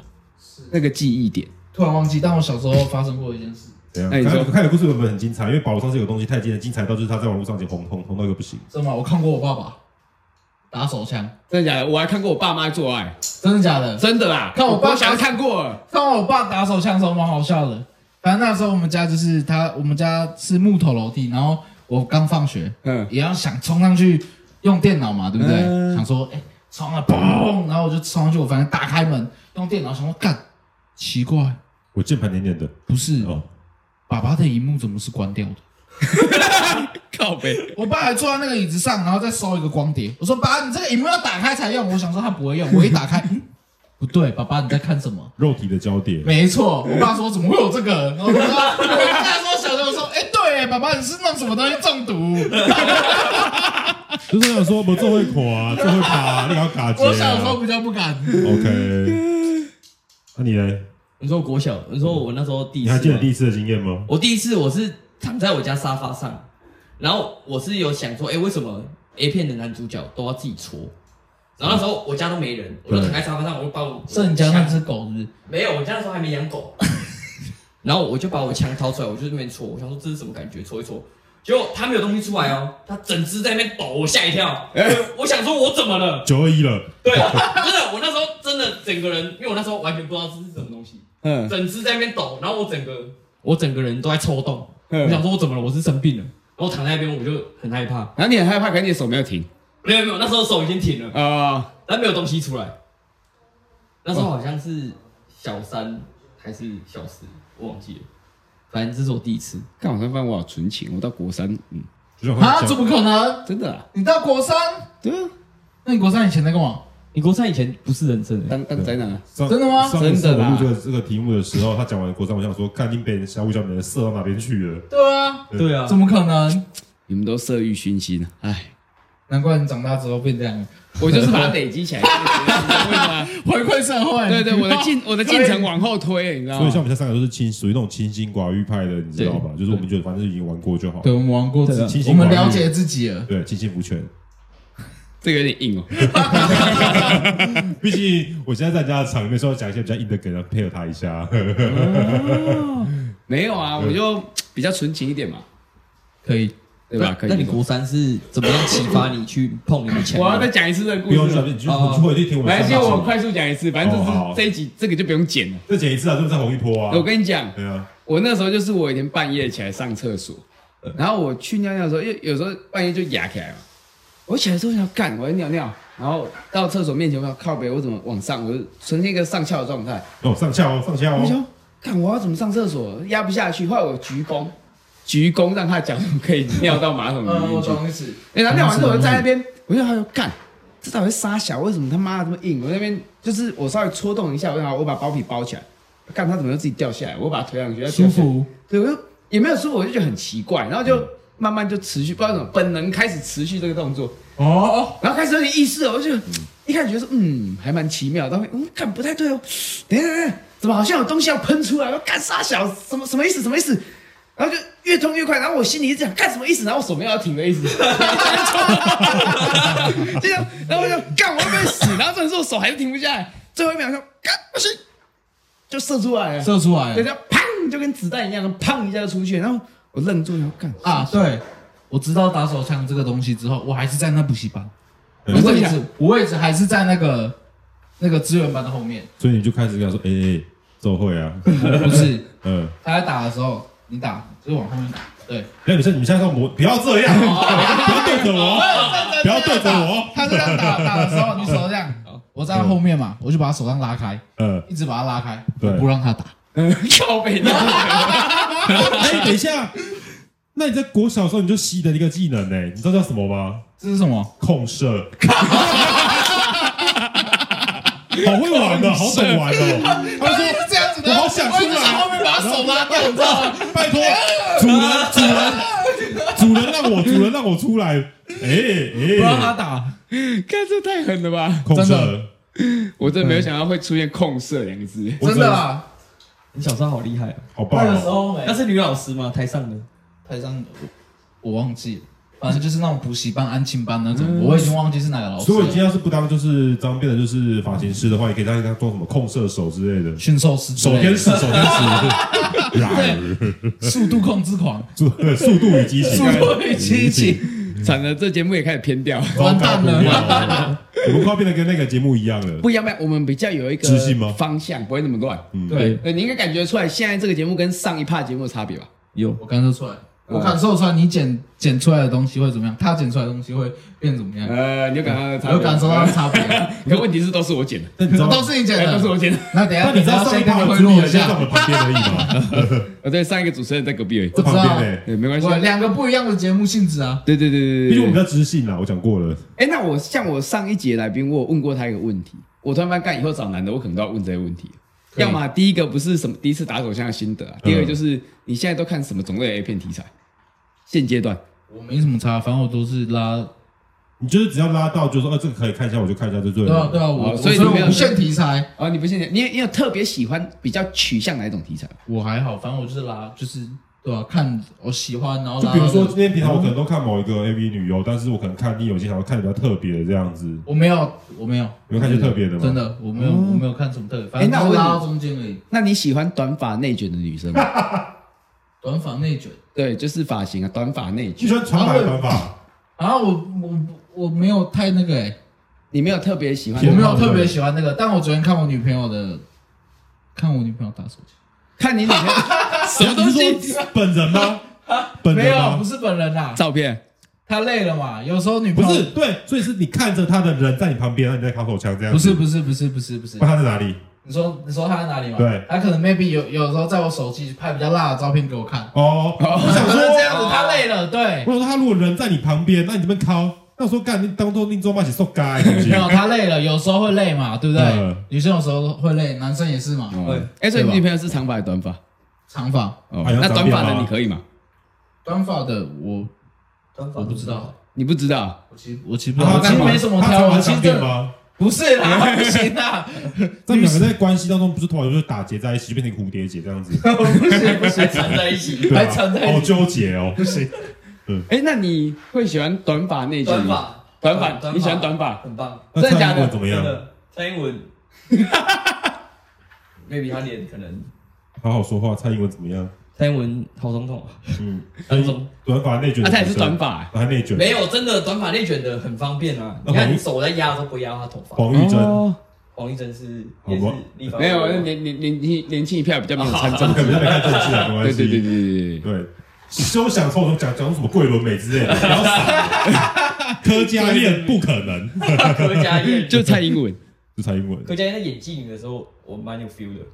那个记忆点，突然忘记，但我小时候发生过一件事，怎样？哎你啊看说看的故事有没有很精彩？因为保罗上次有个东西太精彩，精彩到就是他在网络上已经红红红到一个不行。真的吗？我看过我爸爸打手枪，真的假的？我还看过我爸妈做爱，真的假的？真的啦，看我爸我想看过了，看我爸打手枪的时候蛮好笑的。反正那时候我们家就是他，我们家是木头楼梯，然后我刚放学，嗯，也要想冲上去用电脑嘛，对不对？嗯想说，哎、冲啊，嘣！然后我就冲上去，我反正打开门用电脑，想说干，奇怪，我键盘黏黏的不是、嗯哦，爸爸的荧幕怎么是关掉的？靠背，我爸还坐在那个椅子上，然后再收一个光碟。我说：“爸，你这个荧幕要打开才用。”我想说他不会用，我一 打开，嗯，不对，爸爸你在看什么？肉体的交叠。没错，我爸说怎么会有这个？然后我说我爸说小时候说，哎、对耶，爸爸你是弄什么东西 中毒？就是想说，我这会垮，这会爬，你要卡结啊。我小时候比较不敢。 OK，那你呢？你说国小，你说我那时候第一你次还吗，记得第一次的经验吗？我第一次我是躺在我家沙发上，然后我是有想说，哎、为什么 A 片的男主角都要自己搓？然后那时候我家都没人，我就躺在沙发上，我就把我是你家那只狗是不是？没有，我家那时候还没养狗， 然后我就把我枪掏出来，我就在那边搓，我想说这是什么感觉，搓一搓，结果它没有东西出来哦，它整只在那边抖，我吓一跳，我想说我怎么了？九二一了，哎 对，真的，我那时候真的整个人，因为我那时候完全不知道这是什么东西，嗯整只在那边抖，然后我整个 我整个人都在抽动，我想嗯，说我怎么了？我是生病了。然后躺在那边我就很害怕，然后你很害怕，可是你的手没有停没有没有，那时候手已经停了，啊，但没有东西出来。那时候好像是小三还是小四，我忘记了。反正这是我第一次，看我才发现我好纯情，我到国三，嗯，就像啊？他怎讲么可能？真的啊，你到国三？对啊，那你国三以前在干嘛？你国三以前不是人生欸当当宅男啊，上真的吗上次真的我啦录这个这个题目的时候，他讲完国章，我想说，看定被人小五小美人射到哪边去了。对啊，对啊，怎么可能？你们都色欲熏心啊，哎，难怪你长大之后变这样，我就是把它累积起来，为什么？回馈社 会。对对，我的进我的进程往后推，你知道所以像吗？我们这三个都是清，属于那种清心寡欲派的，你知道吧？就是我们觉得反正已经玩过就好。对，我们玩过自对己啊，我们了解自己了。对，清心福全。这个有点硬哦。 毕竟我现在在家的场里面，说讲一些比较硬的梗，要配合他 一下。没有啊，我就比较纯情一点嘛，可以，对吧？可以。那你国三是怎么样启发你去碰你的 前我要再任？讲一次这个故不用讲，事。啊你去你去回去听我们来，上先我大集。快速讲一次，反正这哦好是这一集这个就不用剪了。再剪一次啊，就是再红一波啊我。跟你讲，对啊，我那时候就是我有一天半夜起来上厕所，然后我去尿尿的时候，因为有时候半夜就压起来嘛，我起来之后想干，我要尿尿，然后到厕所面前我要靠北，我怎么往上，我就呈现一个上翘的状态，哦，上翘哦，上翘我想哦。说干我要怎么上厕所，压不下去，后来我鞠躬，鞠躬让他讲可以尿到马桶里呃嗯，面我去，懂意思。哎、然后尿完之后我就在那嗯边，我就他说干，这到底是沙小？为什么他妈的这么硬？我那边就是我稍微戳动一下，我想好我把包皮包起来，干它怎么又自己掉下来？我把它推上去，它舒掉下来。服，嗯对，我就也没有说，我就觉得很奇怪，然后就慢慢就持续，不知道怎么本能开始持续这个动作，哦，然后开始有点意识了，我就一开始觉得说，嗯，还蛮奇妙，但会嗯，看不太对哦，等一下等一下，怎么好像有东西要喷出来？我干啥小什么什么意思？什么意思？然后就越痛越快，然后我心里一直想干什么意思，然后我手没有要停的意思， 就这样，然后我就干，我要不会死？然后这时候我手还是停不下来，最后一秒说干不行，就射出来了，射出来对，这了样砰，就跟子弹一样，砰一下就出去。然后我愣住，然后干啊！对，我知道打手枪这个东西之后，我还是在那补习班，我嗯位置我位置还是在那个那个资源班的后 面，所以你就开始跟他说，哎哎，做会啊， 不是嗯。他在打的时候，你打就是往后面打，对，那你现你现在看我，不要这样，不哦要对着 我，不要对着我。他这样打打的时候，你手这样，我在后面嘛，我就把他手上拉开，嗯，一直把他拉开，对我不让他打，啊 靠背那哎，等一下，那你在国小的时候你就习得了一个技能呢、你知道叫什么吗？这是什么？控射。 好会玩的，好懂玩哦！他我说是这样子：“我的，好想啊我一出直在后来，面把他手拉掉，你知道吗？拜托，哎主人，主人，主人让我，主人让我出来！不哎让哎，他打， 看这太狠了吧！控真射的，我真的没有想到会出现控射两个字。我真的啊！你小时候好厉害啊！好棒那个时哦！候没那是女老师吗？台上的台上我我忘记了，反正就是那种补习班、安亲班那种，我已经忘记是哪个老师嗯所以你今了。天要是不当就是当变成就是发型师的话，也可以当当做什么控射手之类的，驯兽师之手类的，天使，手天 使，然速度控制狂，速速度与激情，速度与激情，惨了，这节目也开始偏掉，完蛋了糟糕不要了，我们快要变得跟那个节目一样了。不一样呗。我们比较有一自信吗个方向，不会那么乱。对，对，你应该感觉出来，现在这个节目跟上一趴节目的差别吧？有我感受出来，嗯我感受出来，你剪剪出来的东西会怎么样？他剪出来的东西会变怎么样？呃，你有感受到的差我别？有感受到差别，可问题是都是我剪的， 但你知道，都是你剪哎的都是。我剪的。那等一下，但你知道上先一跟趴啊你的回朱录丽一在在我下，们旁边而已嘛， 呃，对，上一个主持人在隔壁而已。在旁边我呢。对，没关系我。两个不一样的节目性质啊。对对对对对毕竟我对们比对。较知性啊啦，我讲过了。哎，那我像我上一节来宾，我有问过他一个问题，我突然发现干以后找男的，我可能都要问这些问题。可以嗯要么第一个不是什么第一次打手枪的心得啊，第二个就是你现在都看什么种类的 A 片题材？现阶段我没什么差，反正我都是拉，你就是只要拉到，就说呃这个可以看一下，我就看一下就对对啊了。对啊，哦我所以我你没有我不限题材，啊、哦，你不现在，你你有特别喜欢比较取向哪一种题材吗？我还好，反正我就是拉，就是对啊，看我喜欢，然后就拉比如说到今天平常我可能都看某一个 AV 女优，但是我可能看你有些想要看比较特别的这样子，我没有，我没有，你会看一些特别的吗？哦哎真的我没有，我没有看什么特别，反诶正那就是我问拉你到中间而已。那你喜欢短发内卷的女生吗？短发内卷对，就是发型啊，短发内你卷。喜欢长白的 短发，啊，我我我没有太那个诶，你没有特别喜欢我偏没好有特对别喜欢那个，但我昨天看我女朋友的，看我女朋友打手枪，看你女朋友什么你东是西 说本人吗？本没人有，不吗？是本人啦， 啊照片，他累了嘛，有时候女不朋友是对，所以是你看着他的人在你旁边，然后啊你在烤手枪这样不子。是不是不是不是不是那，他在哪里？你说你说他在哪里吗？对他可能 maybe 有有时候在我手机拍比较辣的照片给我看，哦，我想可能这样说，子 他累了，对我，想说他如果人在你旁边，那你这边烤，那我说干，你当做另做嘛起送该东 西没。有啊他累了，有时候会累嘛，对不对嗯？女生有时候会累，男生也是嘛，哦，哎，所以你女朋友是长发还是短发？长发。啊哦，哎呀那长短辫发的吗你可以吗？短发的我短发我不知道，你不知道？啊我其实我其实不知然后道，他我其实干嘛没什么他挑，干嘛我其实真想变的吗？不是 啦，不行啦，在两个在关系当中，不是突然就是打结在一起，就变成蝴蝶结这样 子， 不行不还行，缠在一 起，对啊还缠在一起好纠结哦。不行，哎，那你会喜欢短发那短件吗？发，短发，啊你喜欢短发？很棒，那真的蔡假英文的怎么真样？的。蔡英 文，maybe 他脸可能，好好说话。蔡英文怎么样？蔡英文好总统啊，嗯，当中短发内卷啊，的女生，他也是短发欸。啊，他内卷。没有真的短发内卷的很方便啊，你看你手在压都不压他头发。黄玉珍，哦黄一真是好也是吧立法委没员有，那年年年轻年轻一票比较没有参 政可能在看政治啊，没关对系。对对对对对。对，休想从我讲讲什么桂纶镁 之类的，不要傻。柯佳燕不可能，柯佳 燕，就蔡英文，是蔡英文。柯佳燕在演妓女的时候，我蛮有 feel 的。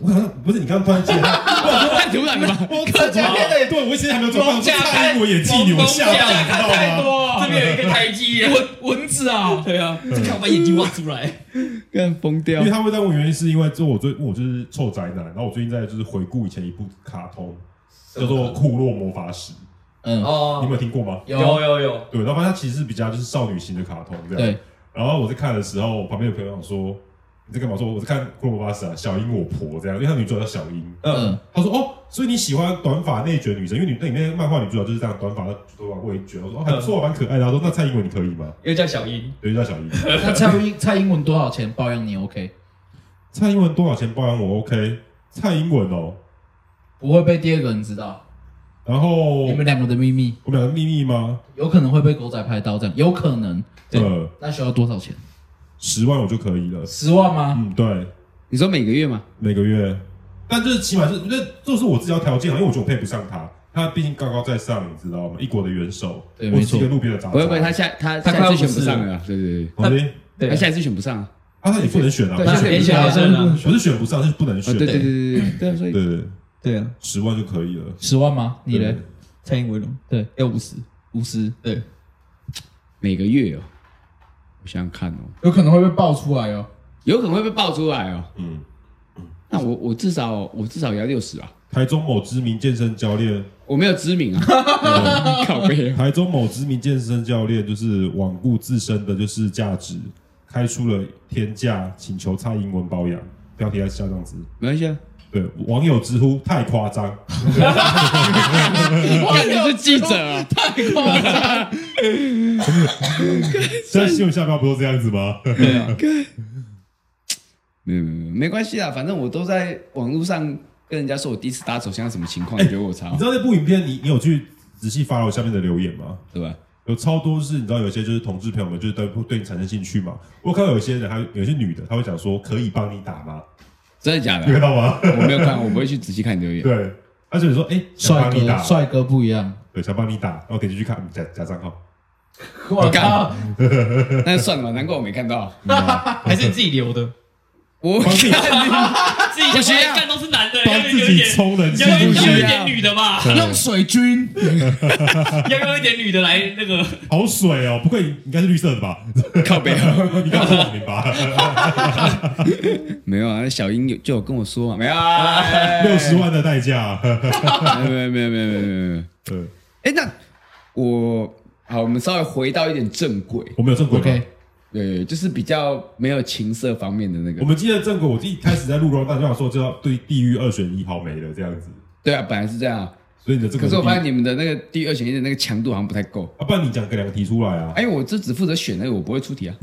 我想说不是你刚刚突 然记得他，太突然了吧？我柯 佳燕对我现在还没有做到，是蔡哎英文演妓女，哎我吓到你知道吗？多，啊这边有一个胎记，蚊蚊子啊，对啊，这看我把眼睛挖出来。干疯掉因为！他会在问原因，是因为这我最我就是臭宅男，然后我最近在就是回顾以前一部卡通，叫做《库洛魔法使》，嗯，你哦，有没有听过吗？有有有有，对，然后它其实是比较就是少女型的卡通这样。对，然后我在看的时候，我旁边有朋友说：“你在干嘛？”我说：“我在看《库洛魔法使》啊，小樱我婆这样，因为她女主角叫小樱。”嗯，他说：“哦，所以你喜欢短发内卷女生，因为你那里面漫画女主角就是这样，短发头发会卷。”我说：“哦，还不错，蛮可爱的。”他说：“那蔡英文你可以吗又叫小英，？”对，就叫小樱。那蔡英蔡英文多少钱包养你 OK？蔡英文多少钱包养我？OK，蔡英文哦。不会被第二个人知道，然后你们两个的秘密我们两个秘密吗？有可能会被狗仔拍到，这样有可能。对呃，那需要多少钱？十万我就可以了。十万吗？嗯，对，你说每个月吗？每个月。但就是起码是，那这是我自己要条件啊，因为我觉得我配不上他。他毕竟高高在上，你知道吗？一国的元首，对我没只是错一个路边的杂不会不会，他草。下他他下快一次要选不不是上了啊，对对对，好的，对他下一次选不上啊，啊，他也不能选啊，对不下次别也选啊啊，对真的，不是选不上，是不能对选。哦对对对对对，所以对，对啊，十万就可以了。十万吗？你嘞？蔡英文对，要五十，五十，对，每个月哦，我想想看哦，有可能会被爆出来哦。有可能会被爆出来哦。嗯，那我我至少我至少也要六十啊，台中某知名健身教练，我没有知名啊，嗯靠背啊。台中某知名健身教练就是罔顾自身的就是价值，开出了天价，请求蔡英文包养。标题在下这样子，没 关系啊，对网友直呼太夸 张，看你是记者啊，现在新闻下标不都这样子吗？没有没有没有嗯没关系啊，反正我都在网络上跟人家说我第一次打手枪什么情况，你觉得我你操知，道那部影片你你有去仔细发了下面的留言吗？对吧？有超多是，你知道有些就是同志朋友们就是对对你产生兴趣嘛。我看到有些人，还有些女的，她会讲说可以帮你打吗？真的假 你看的？到吗？我没有看，我不会去仔细看留言。 对，而且你说哎、想帅帮你哥，打，帅哥不一样。对，想帮你打，然后点进去看嗯假假账号，我靠干，那就算了吧，难怪我没看到。 还是你自己留的，我帮自己自己不需要干都是男的，帮要自有一己点，充人气，要有是一不要有一是？点女的 吧，用水军，要用一点女的来那个。好水哦，不过你应该是绿色的吧？ 靠背啊，你看我明白， 没有啊，小英有就有跟我说嘛，没有啊，六十万的代价。 没有，没有没有没有没有没有没有。对，哎，那我好，我们稍微回到一点正轨，我们有正轨吗 OK 对，就是比较没有情色方面的那我个。们今天的正轨，我一开始在录 round 就想说，就要对地狱二选一，好没了这样子。对啊，本来是这样啊，所以你的这个可地是狱，我发现你们的那个第二选一的那个强度好像不太够。啊，不然你讲个两个题出来啊。哎，我就只负责选那个，我不会出题啊。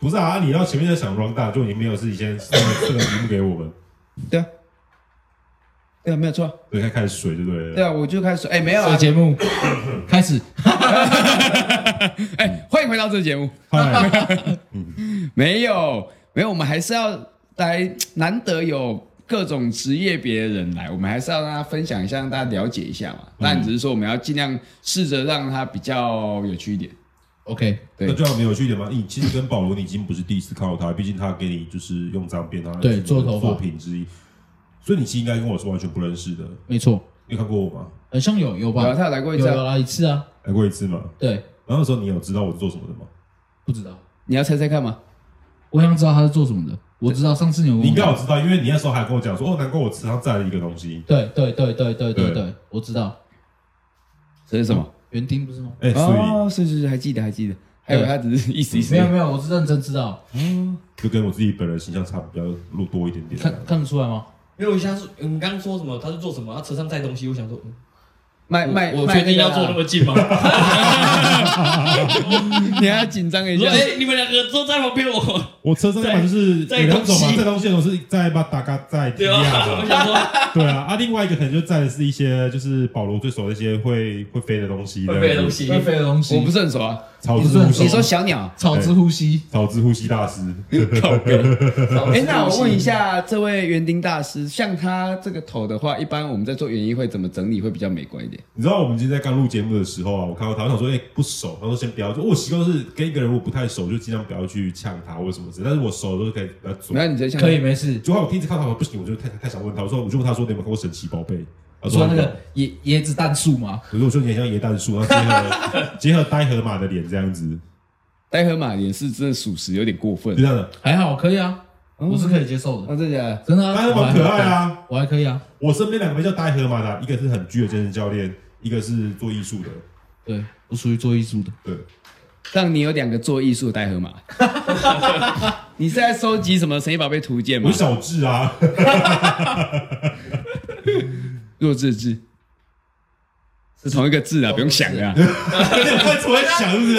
不是啊，你要前面在想 round down，就你没有事先送这个题目给我们，对啊，对啊，没有错啊。对，开开始水就对对了。啊，我就开始说，哎，没有这啊，节目开始。哎，欢迎回到这个节目。嗨，没有，没有，我们还是要来，难得有各种职业别的人来，我们还是要让他分享一下，让大家了解一下嘛。但只是说我们要尽量试着让他比较有趣一点。 OK，对那就很没有趣一点嘛。你其实跟保罗，你已经不是第一次看到他，毕竟他给你就是用脏辫，他对是你的做头发作品之一，所以你其实应该跟我是完全不认识的。没错，你有看过我吗？好像有有有啊，吧？他有来过一有次啊，有啊，一次啊，来过一次嘛。对，然后那时候你有知道我是做什么的吗？不知道，你要猜猜看吗？我想知道他是做什么的。我知道上次你有跟我你应该有知道，因为你那时候还跟我讲说，哦，难怪我吃上再了一个东西。对对对对对对对对，我知道这是什么？园丁不是吗？哎、所以、哦，是是是，还记得还记得。哎还有他只是意思意思没。有没有，我是认真知道，就跟我自己本人形象差比较露多一点啊点。看看得出来吗？没有，我想说，嗯，刚刚说什么？他是做什么？他车上载东西，我想说，嗯卖卖我我卖确那定个要哎坐那啊，么近吗？ 你还要紧张一 我说，下。哎，你们两个坐在旁边，我我车上要么就是在有两种嘛，在这东西的是在把大家在提对吧？亚我的，想说，对啊，啊，另外一个可能就载的是一些就是保罗最熟的一些会会飞的东西，会飞的东，西，会飞的东西，我不是很熟啊。草之呼你是你吸，说小鸟？草之呼吸，草之呼吸大师， 哎，那我问一下这位园丁大师，像他这个头的话，一般我们在做园艺会怎么整理会比较美观一点？你知道我们今天在刚录节目的时候啊，我看到他，我想说，哎、不熟，他说先不要，就我习惯是跟一个人如果不太熟，就尽量不要去呛他或者什么之类，但是我熟的时候可以比较走。那你就像可以没事。就后来我第一次看到他，我不行，我就太太想问他，我说我就问他说你有没有看过神奇宝贝？他我说那个椰椰子蛋树吗？我说我说你很像椰蛋树，然后结合结合呆河马的脸这样子，呆河马脸是真的属实有点过分就这。样的，还好，可以啊，我是可以接受的，那这家真的啊，呆河马很可爱啊。我还可以，我还可以啊，我身边两个叫呆河马的啊，一个是很巨的健身教练，一个是做艺术的。对我属于做艺术的，对，让你有两个做艺术的呆河马， 你是在收集什么神奇宝贝图鉴我吗是？小智啊， 弱智智是同一个哦字啊，不用想啊，他突然想是不是？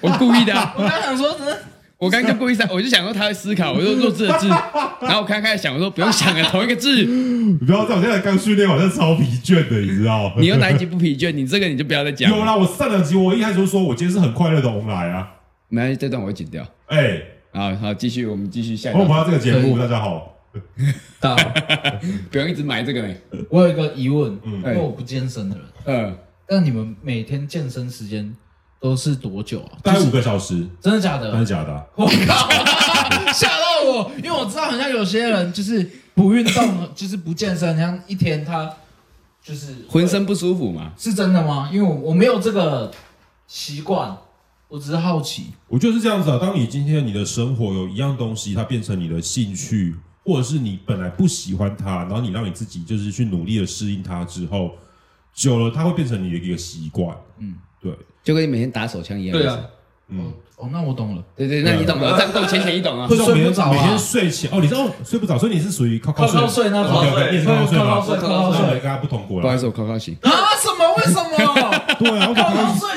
我故意的啊。 我刚想说，真的我刚刚就故意想，我就想说他会思考，我说弱智 的智，然后我刚开始想，我说不用想啊，同一个字，你不要这样，我现在刚训练完，真的超疲倦的，你知道？你有哪一集不疲倦？你这个你就不要再讲有了，啦，我上两集我一开始就说我今天是很快乐的红来啊。没关系，这段我会剪掉。哎，好好，继续，我们继续下一欢迎回段，到这个节目，对大家好。大好。不用一直埋这个呢。啊我有一个疑问，嗯因为我不健身的人，嗯，但你们每天健身时间都是多久啊？大概五个小时，真的假真的的？假的啊？我靠，吓到我！因为我知道，好像有些人就是不运 动，就是不健身，好像一天他就是浑身不舒服嘛，是真的吗？因为我我没有这个习惯，我只是好奇。我觉得是这样子啊。当你今天你的生活有一样东西，它变成你的兴趣，或者是你本来不喜欢它，然后你让你自己就是去努力的适应它之后，久了它会变成你的一个习惯。嗯嗯，对，就跟你每天打手枪一样。对啊，嗯。哦，那我懂了。对对，那你懂了，战斗浅浅你懂啊会。所以睡我每天不着啊每天睡前哦，你知道哦睡不着，所以你是属于靠靠睡靠睡那种， OK，OK，你也是靠靠睡吗靠睡，靠那靠我也睡跟他不同国不好意了。思，我靠靠醒。啊？什么？为什么？ 对啊，我靠靠靠睡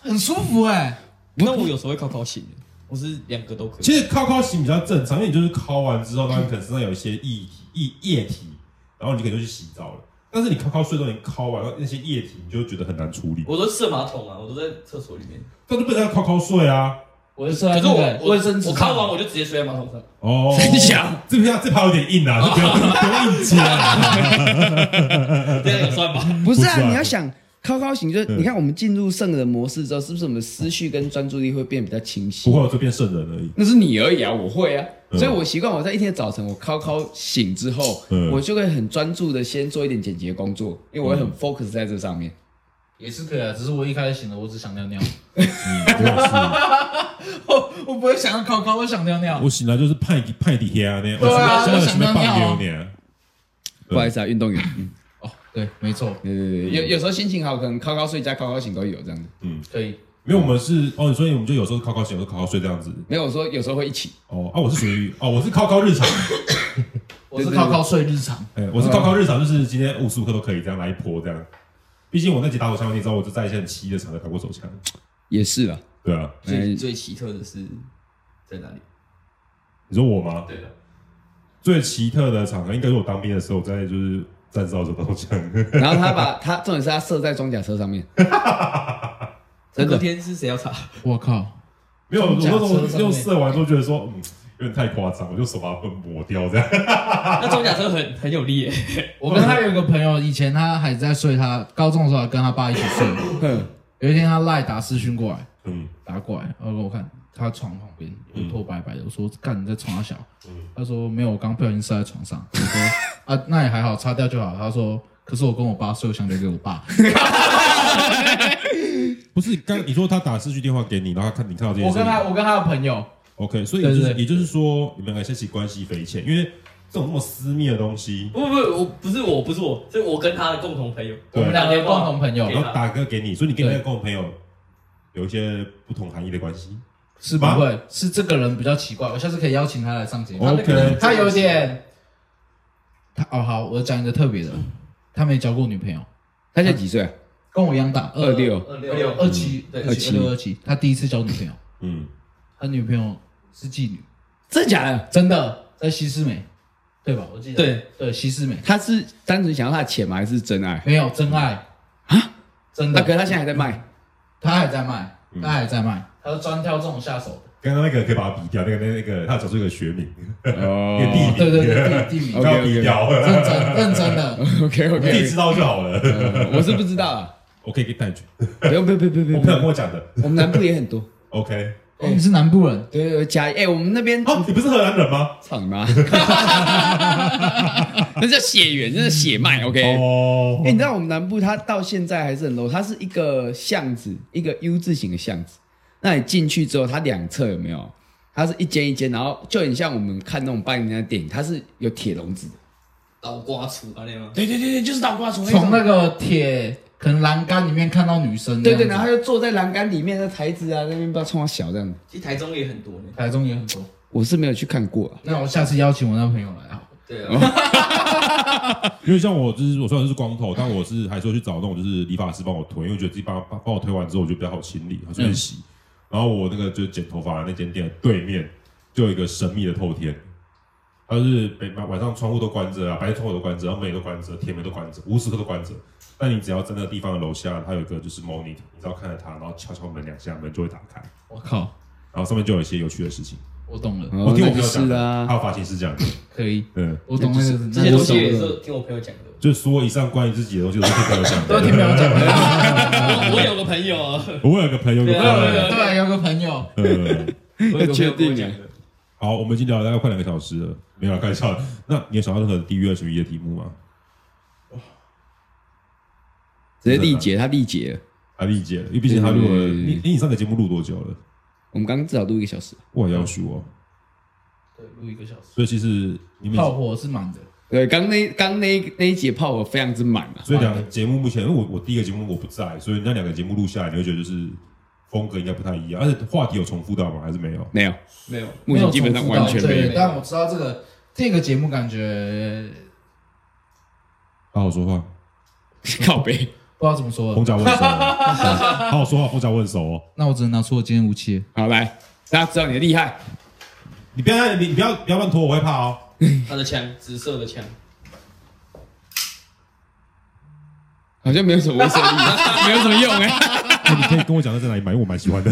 很舒服哎。那我有时候会靠靠醒，我是两个都可以。其实靠靠醒比较正常，因为你就是靠完之后，然后你可能身上有一些液体、液液体，然后你可能就去洗澡了。但是你靠靠睡的时候，你靠完那些液体，你就觉得很难处理，我都射马桶啊，我都在厕所里面。那哦就不能让靠靠睡啊。我是说可那是我个啊我卫生纸，我看完我就直接睡在马桶上。哦，真假这下这盘有点硬啊，就不要不要硬接啊。这样也算吧？ 不是不是啊，啊你要想靠靠醒，就是嗯你看我们进入圣人模式之后，是不是我们的思绪跟专注力会变得比较清晰 不？会，我就变圣人而已。那是你而已啊，我会啊，嗯所以我习惯我在一天的早晨，我靠靠醒之后，嗯我就会很专注的先做一点简洁工作，因为我会很 focus 在这上面。也是可以啊，只是我一开始醒了，我只想尿尿，嗯，我也是，我 我不会想要考考，我想尿尿。我醒来就是派底派底黑啊那样，对啊我我想准备尿尿啊半流呢。不好意思啊，运动员，嗯哦， 对，没错，对对对，有有时候心情好，可能靠靠睡加靠靠醒都有这样子。可以。没有，我们是哦，所以我们就有时候靠靠醒，有时候靠靠睡这样子。没有我说有时候会一起，哦，啊，我是属于哦，我是靠靠日常，我是靠靠睡日常，哎、我是靠嗯靠日常，就是今天无时无刻都可以这样来一波这样。毕竟我那集打手枪，你知道我就在一些很奇异的场合打过手枪，也是啦。对啊。最最奇特的是在哪里？你说我吗？对的。最奇特的场合应该是我当兵的时候，我在就是站哨的时候打手枪。 然后他把 他重点是他射在装甲车上面，真的隔天是谁要查？我靠，没有，我那时装甲车上候面又射完之后觉得说，嗯，有点太夸张，我就手把它抹掉这样。 那装甲车很很有力耶，我跟他有一个朋友，以前他还在睡他，高中的时候还跟他爸一起 睡。哼，有一天他赖打私讯过来，嗯，打过来，然后我看他床旁边嗯脱白白的，我说干你在床上小嗯，他说没有，我刚不小心射在床上。我说啊，那也还好，擦掉就好。他说。可是我跟我爸睡，我想留给我爸。不是刚你说他打视讯电话给你，然后他看你看到这件我事情，跟他，我跟他的朋友， OK，所以对就对是对也就是说，你们两个现在关系匪浅，因为这种那么私密的东西，不不不，我不是我不是我，是我跟他的共同朋友，我对们两个呃共同朋友对然后打歌给你，所以你跟那个共同朋友有一些不同含义的关系。是不会，是这个人比较奇怪。我下次可以邀请他来上节目。哦 OK，他有点，他哦好，我讲一个特别的，他没交过女朋友，他现在几岁啊？跟我一样大，二六二二六六嗯二七，对二七二七二六二七，他第一次交女朋友，嗯，他女朋友是妓女，真假的？真的在西施美，对吧？我记得对对西施美他是单纯想要他的钱吗？还是真爱？啊没有真爱啊，真那可的，是他现在还在卖，他还在卖嗯，他还在卖，他是专挑这种下手的。刚刚那个可以把它比掉，那个那那个他找出一个学名，一个哦地对名，对对，地地不名 OK 要比掉，认真认真的， ，OK 自己 OK，知道就好了。我是不知道啊，我可以给你带去，不用不用不用不我用朋不友跟用，我讲的。我们南部也很多， OK，哦你是南部人，对对对，加哎，我们那边哦，你不是荷兰人吗？操你妈！ 那叫血缘，那是血脉。OK，哎、哦，你知道我们南部它到现在还是很 low，它是一个巷子，一个 U 字形的巷子。那你进去之后，它两侧有没有？它是一间一间，然后就很像我们看那种拜年的电影，它是有铁笼子的。倒瓜厨啊那样吗？对对对对，就是倒挂从从那个铁可能栏杆里面看到女生这对样子，对，然后他就坐在栏杆里面的台子啊，那边不知道冲他小这样子。其实台中也很多呢。台中也很多。我是没有去看过啊。那我下次邀请我那朋友来好了。对啊，因为像我就是我虽然是光头，但我是还是会去找那种就是理发师帮我推，因为我觉得自己帮帮帮我推完之后，我觉得比较好清理，好去洗。然后我那个就是剪头发的那间店对面就有一个神秘的透天，它是每晚上窗户都关着啊，白天窗户都关着，然后门也都关着，铁门都关着，无时刻都关着。但你只要在那个地方的楼下，它有一个就是 monitor，你只要看着它，然后敲敲门两下，门就会打开，我靠，然后上面就有一些有趣的事情。我懂了，我听我哦那朋就友讲是的，啊还，有发型师讲的，可以，嗯，我懂那个这些东西也那个是听我朋友讲的。就是所有以上关于自己的东西都是听朋友讲的。都听朋友讲的。我 我有个朋友啊，我有个朋友，对啊对啊对，有个朋友， 呃，我有个朋友确定跟我讲啊的。好，我们已经聊了大概快两个小时了，没有啦开玩笑的。那你有想到任何地狱二选一的题目吗？直接力竭，他力竭了。啊，丽姐，因为毕竟他录了，嗯你你上个节目录多久了？我们刚刚至少录一个小时。我好要求哦，对，录一个小时，所以其实你们炮火是满的，对，刚那刚那一那一节炮我非常之满啊。所以两个节目目前，因为我我第一个节目我不在，所以那两个节目录下来，你会觉得就是风格应该不太一样，而且话题有重复到吗？还是没有？没有，没有，目前基本上完全没对有。，但我知道这个这个节目感觉好好 说话， 靠背，不知道怎么说红了，甲问熟哦，好好说话，红甲问熟哦。那我只能拿出我今天的武 器了。好来，大家知道你的厉害。你不要你你不要不要乱拖，我会怕 哦。他的枪，紫色的枪，好像没有什么威慑力， 没有什么用哎、那你可以跟我讲那在哪里买，因为我蛮 喜欢的。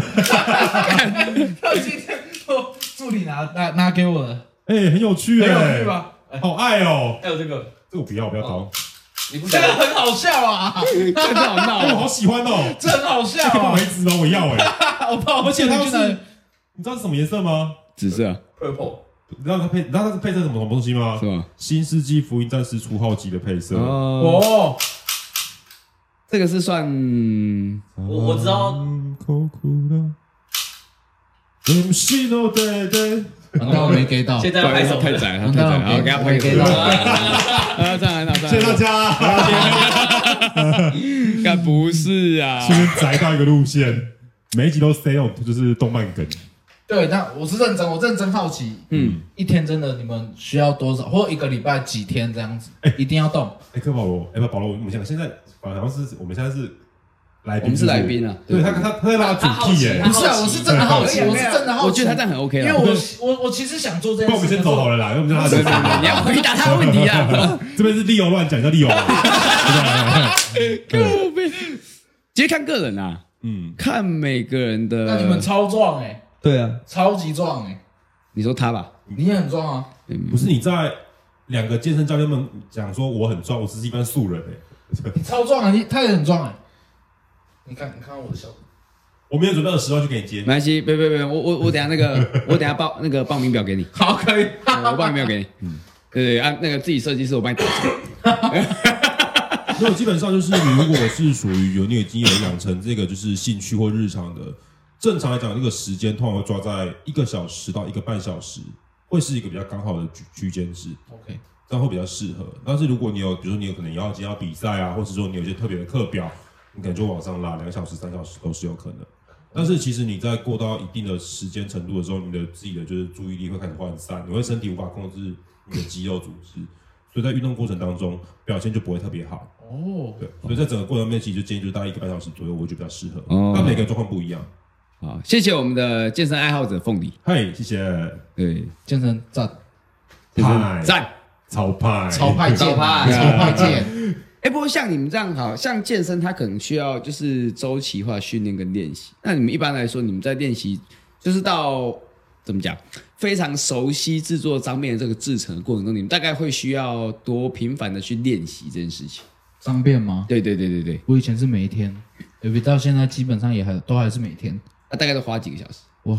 今天我助理拿 拿拿给我的，哎，很有趣很哎有趣，吧？ 好爱哦。还有这个，这个不要，我不要哦逃。你不这觉个得？很好笑啊，真的好闹哎，我哦、好喜欢哦。 这很好笑这个啊为！止哦，我要哎。我怕我而且它去哪里是，你知道是什么颜色吗？紫色 purple，你知道它配，你知道它是配色什么什么东西吗是？吗？新世纪福音战士初号机的配色。哦，哦，这个是算我我知道。哭哭了。嗯是哦对对难道我没 get 到？现在要拍手太了。窄了，太窄了，好，给他拍一个手。啊，这样，这谢谢样，大家，干不是啊？今天宅到一个路线，每一集都 stay on，就是动漫梗。 对，那我是认真，我认真好奇，嗯，一天真的你们需要多少，或一个礼拜几天这样子，一定要动。哎，科保罗，哎不，保罗，我们现在现在好像是我们现在是来宾，我们是来宾啊对他他他在拉他好主题奇耶他。不是啊，我是真的好奇，我是真的好奇，我觉得他这样很 OK 啊因了为。我我我其实想做这那件我们事，先走好了啦，要不然我 们对对让他 对，你要回答他问题 啊！这边是利友乱讲，叫利友。其实看个人啊，嗯，看每个人的。那你们超壮哎，对啊，超级壮哎，你说他吧，你也很壮啊，不是你在两个健身教练们讲说我很壮，我只是一般素人哎、你超壮啊，你他也很壮哎、你看，你看我的小，我没有准备二十万去给你接没。关系，别别别，我我我等下那 个，我等下报那个报名表给你， 好，可以，嗯我报名表给你。嗯，对对，按那个自己设计师，我帮你打折。那基本上就是，你如果是属于有你已经有养成这个就是兴趣或日常的，正常来讲，这个时间通常会抓在一个小时到一个半小时，会是一个比较刚好的区区间值。 OK 这样会比较适合。但是如果你有，比如说你有可能要接到比赛啊，或者说你有一些特别的课表，你可能就往上拉两小时、三小时都是有可能。但是其实你在过到一定的时间程度的时候，你的自己的就是注意力会开始涣散，你会身体无法控制你的肌肉组织，所以在运动过程当中表现就不会特别好。哦，对，所以在整个过程面其实就建议就大概一个半小时左右，我觉得比较适合。哦但每个人状况不一样。好，谢谢我们的健身爱好者凤梨，嗨，谢谢对，健身赞，派赞。超派超派健啊，超派超派健，哎、不过像你们这样好，像健身，它可能需要就是周期化训练跟练习。那你们一般来说，你们在练习就是到怎么讲，非常熟悉制作张面的这个制成的过程中，你们大概会需要多频繁的去练习这件事情？脏辫吗？对对对对对，我以前是每一天，也比到现在基本上也还都还是每天，那、啊大概都花几个小时？哇，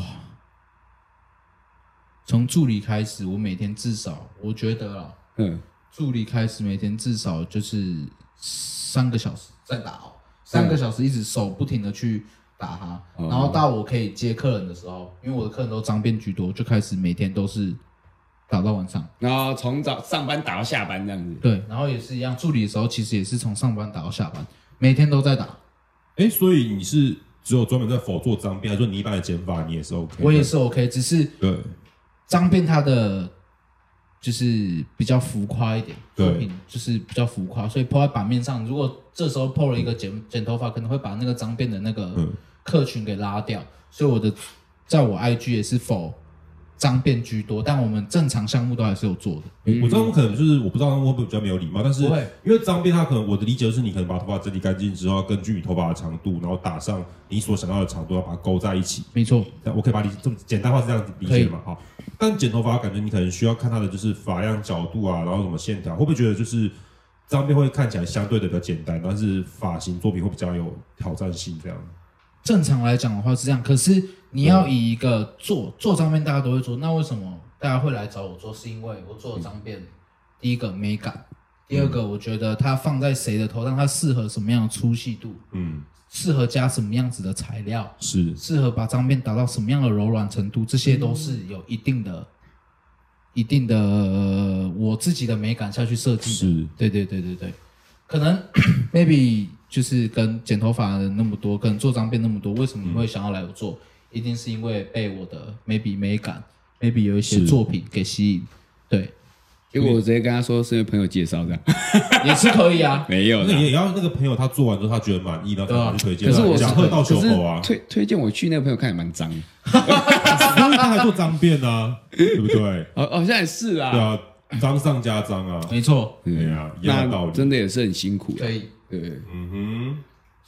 从助理开始，我每天至少我觉得啊，嗯，助理开始每天至少就是三个小时在打哦，三个小时一直手不停的去打它，哦然后到我可以接客人的时候，因为我的客人都脏辫居多，就开始每天都是打到晚上。然后从早上班打到下班这样子。对，然后也是一样，助理的时候其实也是从上班打到下班，每天都在打。哎，所以你是只有专门在否做脏辫，还是说你一般的剪法你也是 OK？的我也是 OK，只是对。脏辫它的就是比较浮夸一点，对作品就是比较浮夸，所以抛在版面上，如果这时候抛了一个剪剪头发，可能会把那个脏辫的那个嗯客群给拉掉。所以我的在我 IG 也是否脏辫居多，但我们正常项目都还是有做的。我知道他们可能就是我不知道他们会不会比较没有礼貌，但是嗯不会因为脏辫，他可能我的理解就是你可能把头发整理干净之后，根据你头发的长度，然后打上你所想要的长度，然后把它勾在一起。没错，那我可以把你这么简单化是这样子理解的嘛？好，但剪头发感觉你可能需要看它的就是发量、角度啊，然后什么线条，会不会觉得就是脏辫会看起来相对的比较简单，但是发型作品会比较有挑战性这样？正常来讲的话是这样，可是你要以一个做做脏辫，大家都会做，那为什么大家会来找我做？是因为我做的脏辫，第一个美感，第二个我觉得它放在谁的头上，它适合什么样的粗细度，嗯，适合加什么样子的材料，是适合把脏辫打到什么样的柔软程度，这些都是有一定的、一定的呃我自己的美感下去设计的。是，对对对对对，可能 maybe 就是跟剪头发的那么多，跟做脏辫那么多，为什么嗯你会想要来我做？一定是因为被我的 maybe 美感，maybe 有一些是作品给吸引，对，结果我直接跟他说是因为朋友介绍 这样，。也是可以啊没有那啦。也要那个朋友他做完之后他觉得满意，然后对啊他就推荐可他。是我讲是喝到可袖是口啊，推推荐我去那个朋友看也蛮脏的，因为他还做脏 辫啊，对不对？哦哦，现在是啦，对啊，脏上加脏啊，没错，对啊，一样的道那真的理。也是很辛苦的。可以。对。嗯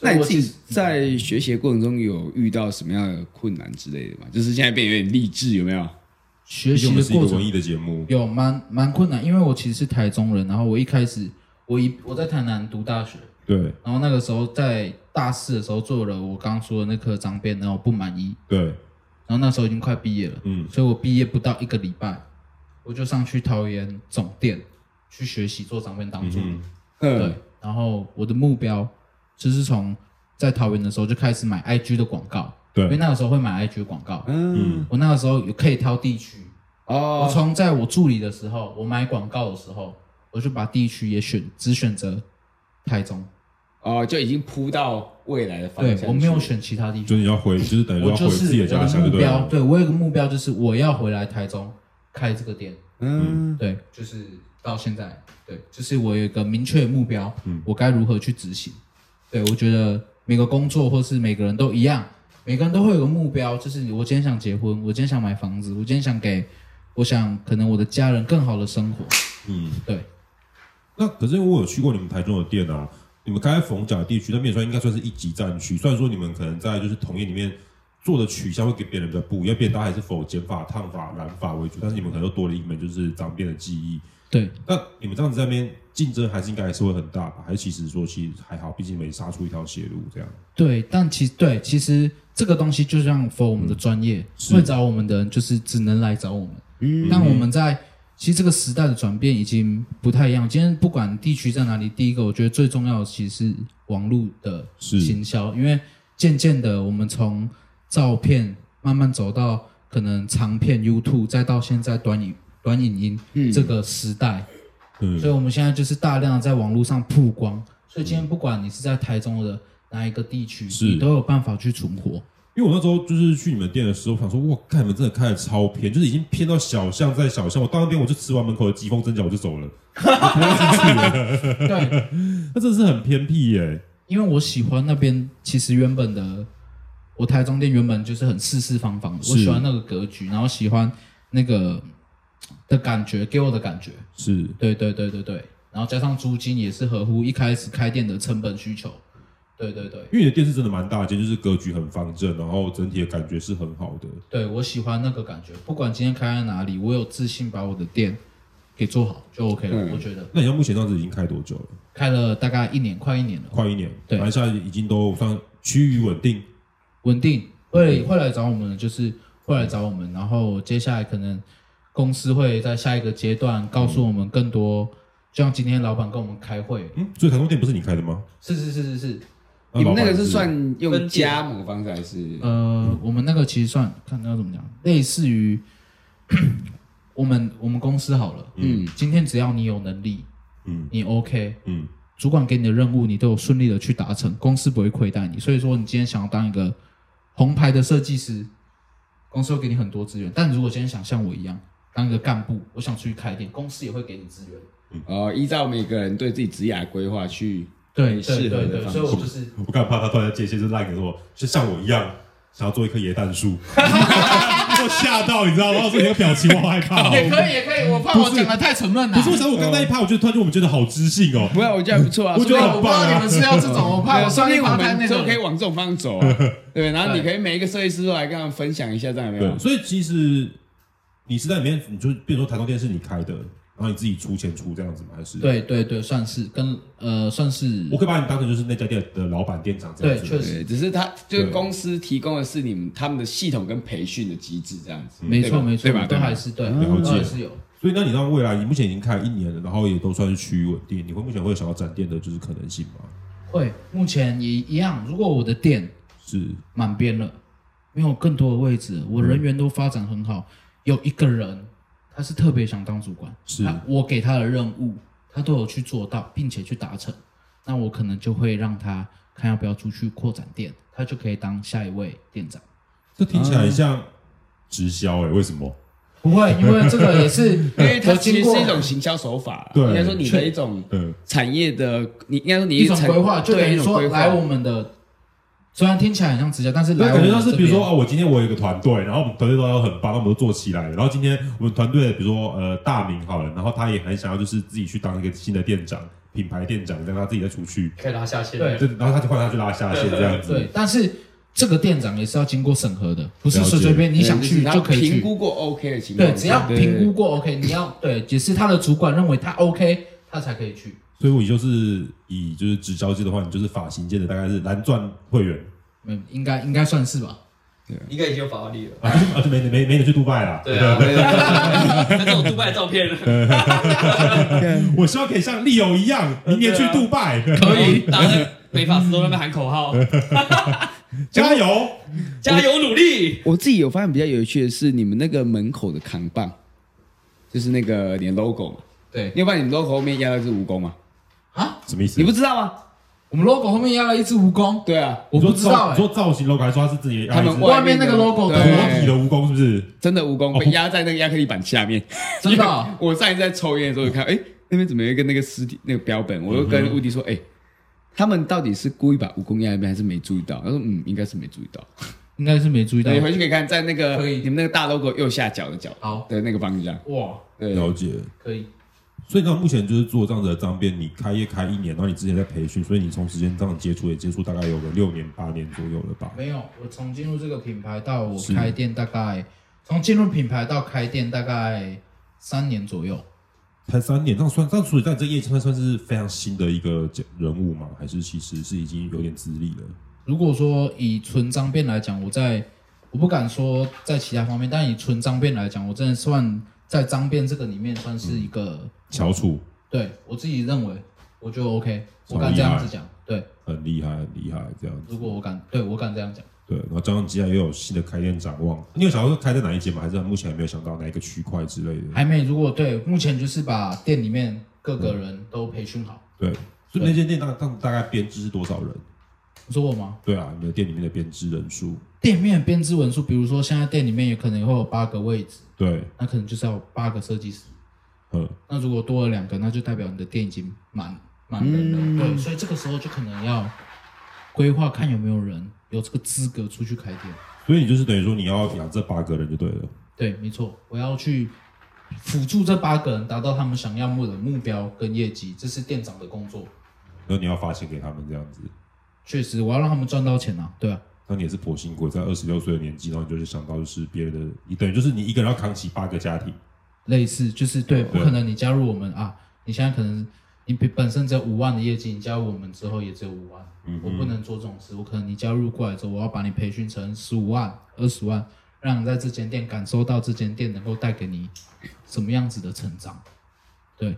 那你自所以我其己在学习的过程中有遇到什么样的困难之类的吗？就是现在变得有点励志，有没有？哼，学毕习竟我的们是一过个程文艺的节目，有蛮蛮困难，因为我其实是台中人，然后我一开始我一我在台南读大学，对然后那个时候在大四的时候做了我刚刚说的那颗脏辫，然后我不满意，对，然后那时候已经快毕业了，嗯所以我毕业不到一个礼拜，我就上去桃园总店去学习做长辫当嗯助理。哼，嗯对，，然后我的目标就是从在桃园的时候就开始买 IG 的广告，因为对，哎那个时候会买 IG 广告。嗯，嗯我那个时候有可以挑地区，我哦，从在我助理的时候，我买广告的时候，我就把地区也选只选择台中，哦，就已经铺到未来的方对向。我没有。选其他地就区。是你要回，就是等于我要就回是自己的我家的乡，目对标，了。对我有个目标就是我要回来台中开这个店。嗯，对，就是到现在，对，就是我有一个明确的目标，我该如何去执行。对，我觉得每个工作或是每个人都一样，每个人都会有个目标，就是我今天想结婚，我今天想买房子，我今天想给，我想可能我的家人更好的生活。嗯，对，那可是因为我有去过你们台中的店啊，你们开在逢甲地区那边也算应该算是一级战区，虽然说你们可能在就是同业里面做的取向会给别人比较不一样，别人他还是否剪发、烫发、染发为主，但是你们可能又多了一门就是脏辫的技艺。对，那你们这样子在那边竞争，还是应该还是会很大吧？还是其实说其实还好，毕竟没杀出一条血路这样。对，但其实对，其实这个东西就像 for 我们的专业，嗯是会找我们的人就是只能来找我们。嗯，但我们在其实这个时代的转变已经不太一样。今天不管地区在哪里，第一个我觉得最重要的其实是网络的是行销，因为渐渐的我们从照片慢慢走到可能长片 YouTube，再到现在短影短影音、这个时代，嗯所以我们现在就是大量的在网络上曝光。所以今天不管你是在台中的哪一个地区，是你都有办法去存活。因为我那时候就是去你们店的时候，我想说，哇，看你们真的开的超偏，就是已经偏到小巷，在小巷，我到那边我就吃完门口的疾风蒸饺我就走了， 对，那真的是很偏僻耶、因为我喜欢那边，其实原本的我台中店原本就是很四四方方的，是我喜欢那个格局，然后喜欢那个的感觉，给我的感觉。是，对对对对对，然后加上租金也是合乎一开始开店的成本需求。对对对，因为你的店是真的蛮大间，就是格局很方正，然后整体的感觉是很好的。对我喜欢那个感觉，不管今天开在哪里，我有自信把我的店给做好就 OK 了。嗯我觉得那你像目前这样子已经开多久了？开了大概一年，快一年了，快一年，对反正现在已经都算趋于稳定。稳定会会来找我们的，就是会来找我们，然后接下来可能公司会在下一个阶段告诉我们更多，就像今天老板跟我们开会，嗯，所以台中店不是你开的吗？啊是是是是是，嗯你们那老个板是算用分解加盟方式还是？呃，我们那个其实算看要怎么讲，类似于我们我们公司好了，嗯，今天只要你有能力，嗯你 OK，嗯，主管给你的任务，你都有顺利的去达成，公司不会亏待你。所以说，你今天想要当一个红牌的设计师，公司会给你很多资源。但如果今天想像我一样当一个干部，我想出去开店，公司也会给你资源。哦，依照每个人对自己职业规划去对你对适合的对对，方所式以。我就是我刚怕他突然界限就烂给我，就像我一样想要做一棵椰 蛋树，我吓到你知道吗？我说你的表情我好害怕、哦。可以也可以，我怕我讲的太沉啊闷了可是我想我刚那一趴，我觉得突然就我们觉得好知性哦。不要，我觉得还不错啊，呃我觉得说不定很棒啊是要这种，我对说不定我们个就可以往这种方向走 啊，对，然后你可以每一个设计师都来跟他们分享一下，这样有没有对，？所以其实你是在里面，你就比如说台中店是你开的，然后你自己出钱出这样子吗？还是？对对对，算是跟呃算是我可以把你当成就是那家店的老板店长这样对，子。确实对，只是他就是对公司提供的是你们他们的系统跟培训的机制这样子，没对错吧没对错吧？，都对吧还是对，了都解还是有。所以那你到未来，你目前已经开了一年了，然后也都算是趋于稳定，你会目前会有想要展店的就是可能性吗？会，目前也一样。如果我的店是，满编了，没有更多的位置，我人员都发展很好，有一个人他是特别想当主管，是他我给他的任务，他都有去做到，并且去达成，那我可能就会让他看要不要出去扩展店，他就可以当下一位店长。这听起来很像直销哎、为什么？不会，因为这个也 是因因为它其经实过是一种行销手法啦，对应该说你的一种嗯，产业的，你应该说你一种产规划，就对等于一种说规划来我们的，虽然听起来很像直销，但是那来我感们觉像是这比如说边哦，我今天我有一个团队，然后我们团队都要很棒，那我们都做起来了。然后今天我们团队比如说呃大明好了，然后他也很想要就是自己去当一个新的店长，品牌店长，让他自己再出去，可以拉下线。对对，然后他就换他去拉下线这样子对，，但是这个店长也是要经过审核的，不是了解随随便你想对去是就可以他评去。估过 OK 的情况对，下，只要对评估过 OK，你要对，只是他的主管认为他 OK，他才可以去。所以我就是以就是直销界的话，你就是发型界的大概是蓝钻 会员嗯，应该应该算是吧。应该已经有法拉利了。啊，就啊就没没没得去杜拜啦。对啊， 那种杜拜的照片我希望可以像利友一样，明年去杜拜，可以，打在北法斯都在那边喊口号， 加油！加油努力。我自己有发现比较有趣的是，你们那个门口的扛棒，就是那个你的 logo 嘛，对，你有发现你们 logo 后面压的是蜈蚣吗？什么意思你？不知道吗？我们 logo 后面压了一只蜈蚣，对啊，我不知道你哎、说造你说造型 logo 还是说他是自己啊他们还是外面那个的 logo 对的裸体的蜈蚣是不是？真的蜈蚣被压在那个亚克力板下面。真的哦、 我上一次在抽烟的时候就看，哎、那边怎么有一个那个尸体那个标本？我就跟乌迪说，哎、他们到底是故意把蜈蚣压在那边，还是没注意到？他说，嗯，应该是没注意到。应该是没注意到对，。你回去可以看，在那个可以你们那个大 logo 右下角的角好，的那个方向，哇，对，了解。可以，所以那目前就是做这样子的脏辫，你开业开一年，然后你之前在培训，所以你从时间上接触也接触大概有个六年八年左右了吧？没有，我从进入这个品牌到我是开店，大概从进入品牌到开店大概三年左右。才三年，这样算，这样处理在这业界算算是非常新的一个人物吗？还是其实是已经有点资历了？如果说以纯脏辫来讲，我在我不敢说在其他方面，但以纯脏辫来讲，我真的算在脏辫这个里面算是一个，翘楚对我自己认为我就 OK，超我敢这样厉子害讲。对，很厉害，很厉害，这样子如。果我敢，对我敢这样讲。对，然后加上接下来又有新的开店展望，你有想要开在哪一间吗？还是目前还没有想到哪一个区块之类的？还没，如果对，目前就是把店里面各个人都培训好。对，所以那间店大大大概编制是多少人？你说我吗？对啊，你的店里面的编制人数，店面的编织文数，比如说现在店里面也可能会有八个位置，对，那可能就是要有八个设计师。嗯，那如果多了两个，那就代表你的店已经满满人了。对，所以这个时候就可能要规划看有没有人有这个资格出去开店。所以你就是等于说你要养这八个人就对了。对，没错，我要去辅助这八个人达到他们想要的目标跟业绩，这是店长的工作。然后你要发钱给他们这样子，确实，我要让他们赚到钱啊，对啊，那你也是颇辛苦，在二十六岁的年纪，然后你就是想到就是别人的，你等于就是你一个人要扛起八个家庭，类似就是对，不对可能你加入我们啊，你现在可能你本本身只有五万的业绩，你加入我们之后也只有五万，我不能做这种事，我可能你加入过来之后，我要把你培训成十五万、二十万，让你在这间店感受到这间店能够带给你什么样子的成长，对，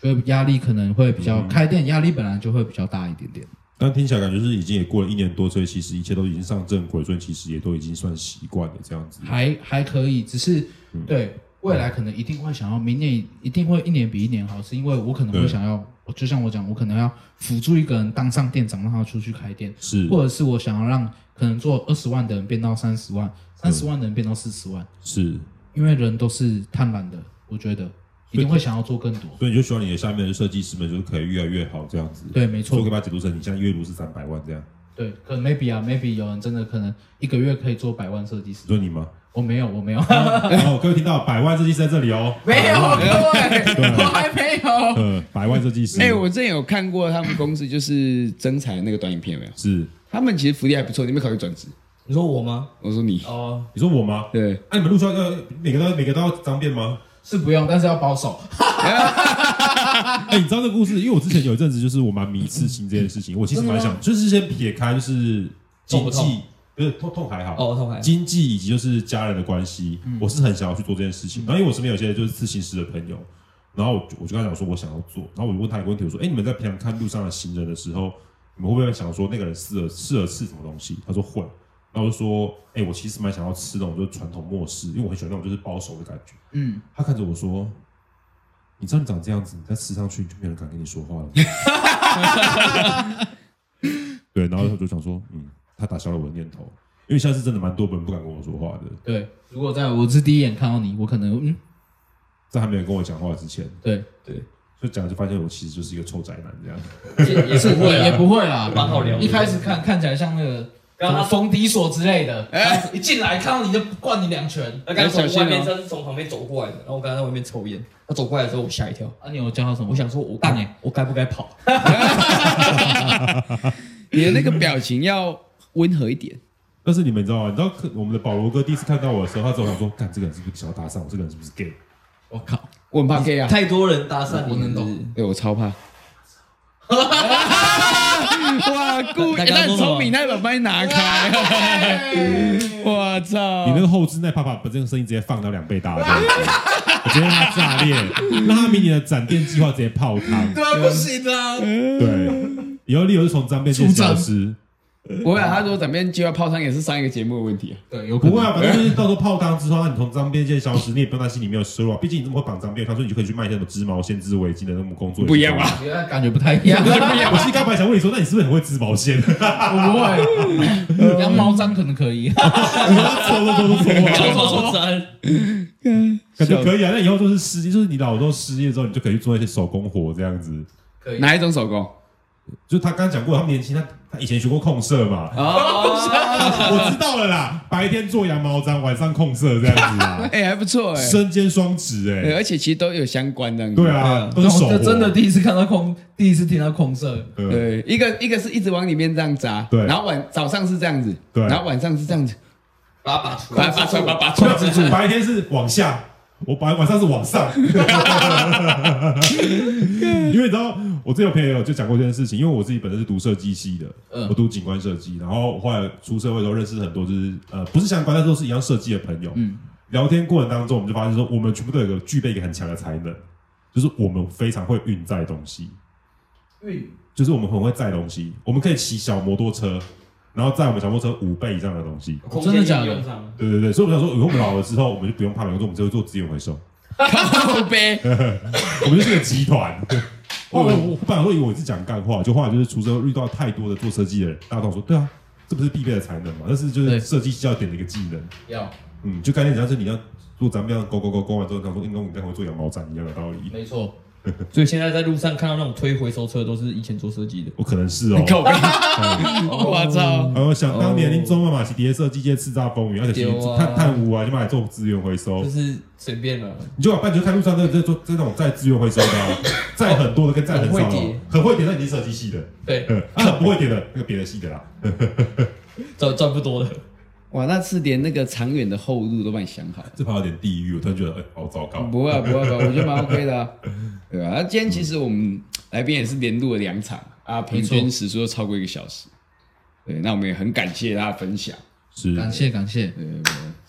就会压力可能会比较，开店压力本来就会比较大一点点。但听起来感觉就是已经也过了一年多，所以其实一切都已经上正轨，所以其实也都已经算习惯了这样子。还还可以，只是、嗯对未来可能一定会想要，明年一定会一年比一年好，是因为我可能对会想要，我就像我讲，我可能要辅助一个人当上店长，让他出去开店，是或者是我想要让可能做二十万的人变到三十嗯万，三十万的人变到四十万，是，因为人都是贪婪的，我觉得一定会想要做更多。所以你就希望你的下面的设计师们就是可以越来越好这样子。，对，没所以我错可以，把它解读成你现在月入是三百万这样，对，可能 maybe 啊，maybe 有人真的可能一个月可以做百万设计师你，说你吗？我没有，我没有， 哦，各位听到百万设计师在这里哦，没有，各位，我还没有。呃，百万设计师，哎、我之前有看过他们公司就是征才那个短影片，有没有？是他们其实福利还不错，你有没有考虑转职？你说我吗？我说你，哦，你说我吗？对，哎那、你们陆校要每个都每个都要脏 辫吗？是不用，但是要保守。哎、你知道这个故事？因为我之前有一阵子就是我蛮迷刺青这件事情，我其实蛮想，就是先撇开就是痛经不济，痛不是痛痛还好，哦，嗯痛还经济以及就是家人的关系，我是很想要去做这件事嗯情。然后因为我身边有些就是刺青师的朋友，然后我就我就跟他讲说我想要做，然后我就问他一个问题，我说：“哎、你们在平常看路上的行人的时候，你们会不会想说那个人适合适合刺什么东西？”他说会。然后我就说：“哎、我其实蛮想要吃那种就是传统末式，因为我很喜欢那种就是包手的感觉。”嗯，他看着我说：“你知道你长这样子，你再吃上去你就没有人敢跟你说话了。” 对，然后我就想说，嗯，他打消了我的念头，因为现在是真的蛮多人不敢跟我说话的，对。如果在我是第一眼看到你，我可能嗯，在还没有跟我讲话之前，对，就讲就发现我其实就是一个臭宅男这样。也也是 是不会会也啊。不会啦，蛮好聊的一开始看看起来像那个刚什刚么他冯迪所之类的，哎，一进来看到你就灌你两拳。那刚要从小心哦外面，他是从旁边走过来的，然后我刚刚在外面抽烟，他走过来的时候我吓一跳，啊，你有教他什么？我想说我欸干哎，我该不该跑？你的那个表情要温和一点。但是你们知道吗？啊你知道可我们的保罗哥第一次看到我的时候，他总想说：“干，这个人是不是想要搭讪我？这个人是不是 gay？” 我靠，我很怕 gay 啊，太多人搭讪你，我能懂是不是。对我超怕。哇，故意大家那都很懂聪明，那本帮你拿开。我你那操！个后置那啪啪把这个声音直接放到两倍大的地方，我觉得他炸裂，那他明年的展店计划直接泡汤。对啊，不行的啊。对，以后理由是从张变变消失，我想他如果怎么样计划泡汤，也是上一个节目的问题啊。对，有可不会能。啊，反正就是到时候泡汤之后，那你从张变变消失，你也不用担心你没有收入啊，毕竟你这么会绑张辫，所以你就可以去卖一些什么织毛线、织围巾的那种工作，不一样吧？觉得感觉不太 一样，我其实刚才想问你说，那你是不是很会织毛线？我不会。 羊毛毡可能可以，搓搓搓搓搓，说真，感觉可以啊。那以后就是失，就是你老了之后失业之后，你就可以去做一些手工活这样子。可以。哪一种手工？就他刚刚讲过，他们年轻，他他以前学过控色嘛，哦，我知道了啦，白天做羊毛毡，晚上控色这样子啦，哎，还不错哎，身兼双职对哎，而且其实都有相关的。对啊，都是手嗯这活真的第一次看到空，第一次听到空色，对对，一个一个是一直往里面这样砸，对然后晚早上是这样子，对然后晚上是这样子，把它拔出把来，把出把把把来，控制住，白天是往下，我白晚上是 往上，因为你知道，我之前有朋友就讲过这件事情，因为我自己本身是读设计系的，嗯我读景观设计，然后后来出社会之后认识很多就是呃不是相关，但都是一样设计的朋友，嗯聊天过程当中，我们就发现说，我们全部都有一个具备一个很强的才能，就是我们非常会运载东西，运就是我们很会载东西，我们可以骑小摩托车，然后载我们小摩托车五倍以上的东西。空真间的假的应用上对对对，所以我们想说，以后我们老了之后，我们就不用怕流动，我们只会做资源回收，靠背，我们就是个集团。 我我我本来会以为我是讲干话，就后来就是出社会遇到太多的做设计的人，大家都说对啊，这不是必备的才能嘛，但是就对是设计需要点的一个技能。要嗯，就概念只要是你要做咱们这样勾勾勾勾完之后，他说运嗯动你待会做羊毛毡一样的道理。没错，所以现在在路上看到那种推回收车，都是以前做设计的。我可能是哦。靠背，我操，然后想当哦年，你中嘛嘛是碟设计界叱咤风云，而且是对啊碳碳污啊，就买来做资源回收就。是随便了，你就把半球看路上在在做这种在资源回收的啊，在很多的跟在很少很会的叠，很会叠，那已经设计系的，对，嗯，啊，很不会叠的那个别的系的啦。赚赚不多的，哇，那是连那个长远的后路都帮你想好了。这怕有点地狱，我突然觉得哎，好糟糕。不会啊不会不会，我觉得蛮 OK 的、啊，对吧、啊？那今天其实我们来宾也是连录了两场啊，平均时速都超过一个小时。对，那我们也很感谢大家分享，是感谢感谢，对，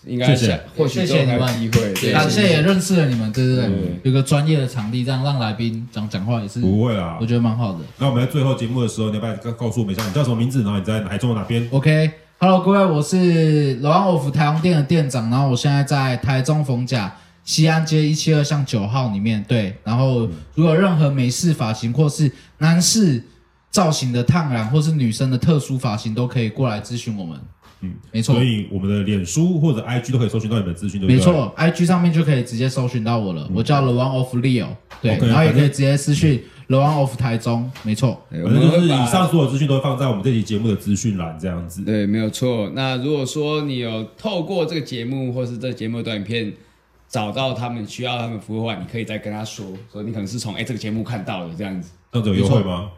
应该谢谢下或许谢之谢后你还有们机会，对感谢也认识了你们，对对对对，有个专业的场地，这样让来宾讲讲话也是，不会啦我。觉得蛮好的。那我们在最后节目的时候，你要不要告告诉我们一下你叫什么名字，然后你在台中的哪边？ OK，Hello、各位，我是罗安我府台中店的店长，然后我现在在台中逢甲西安街一七二巷九号里面。对，然后如果有任何美式发型或是男士造型的烫染，或是女生的特殊发型，都可以过来咨询我们。嗯，没错所，以我们的脸书或者 IG 都可以搜寻到你们的资讯，对不对？嗯没。错，IG 上面就可以直接搜寻到我了，我叫罗安 of Leo。对 OK，然后也可反以正直接私讯罗安 of 台中。没错，对我反们正就是会把以上所有资讯都会放在我们这期节目的资讯栏这样子。对，没有错。那如果说你有透过这个节目或是这节目的短影片找到他们需要他们服务的话，你可以再跟他说，说你可能是从哎、这个节目看到的这样子。这样子有优惠吗？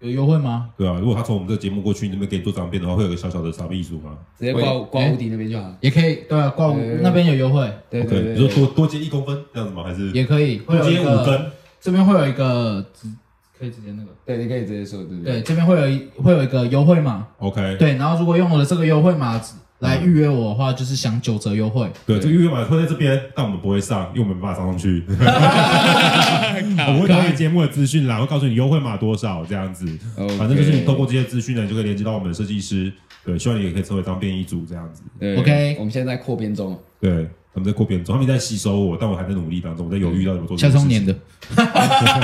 有优惠吗？对啊，如果他从我们这个节目过去那边给你做长片的话，会有个小小的啥秘书吗？直接挂哎挂屋顶那边就好了。也可以，对啊，挂我对那边有优惠，对 OK，对对你说多多接一公分这样子吗？还是也可以，会多有接一五个。根？这边会有一个直，可以直接那个。对，你可以直接说，对不对，？这边会有一会有一个优惠码， OK，对，然后如果用我的这个优惠码来预约我的话，就是享九折优惠。对，这个预约码会在这边，但我们不会上，因为我们没办法上 上去。 我们会打在节目的资讯栏，会告诉你优惠码多少这样子。哦 OK 反正就是你透过这些资讯呢，你就可以连接到我们的设计师。对，希望你也可以成为当便衣组这样子。对 OK 我们现在在扩编中。对，他们在扩编中，他们在吸收我，但我还在努力当中，我在犹豫到底怎么做这夏嗯中件事情。年的，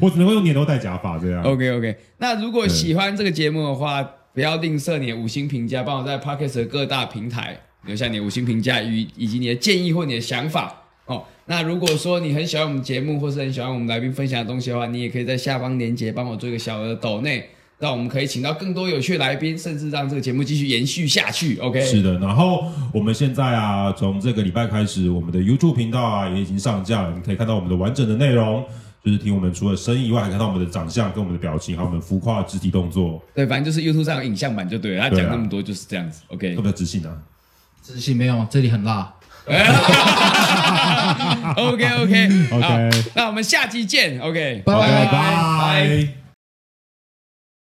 我只能够用年头戴假发这样。 OK OK，那如果喜欢这个节目的话，不要吝啬你的五星评价，帮我在 Podcast 的各大平台留下你的五星评价与以及你的建议或你的想法哦。那如果说你很喜欢我们节目，或是很喜欢我们来宾分享的东西的话，你也可以在下方链接帮我做一个小额的抖内，让我们可以请到更多有趣的来宾，甚至让这个节目继续延续下去。OK，是的，然后我们现在啊，从这个礼拜开始，我们的 YouTube 频道啊也已经上架了，你可以看到我们的完整的内容，就是听我们除了声音以外，还看到我们的长相跟我们的表情，还有我们浮夸的肢体动作，对，反正就是 YouTube 上有影像版就对了。他对啊讲那么多就是这样子。OK 特别自信啊。自信没有，这里很辣。 OK OK OK 啊那我们下期见。OK，拜拜拜拜。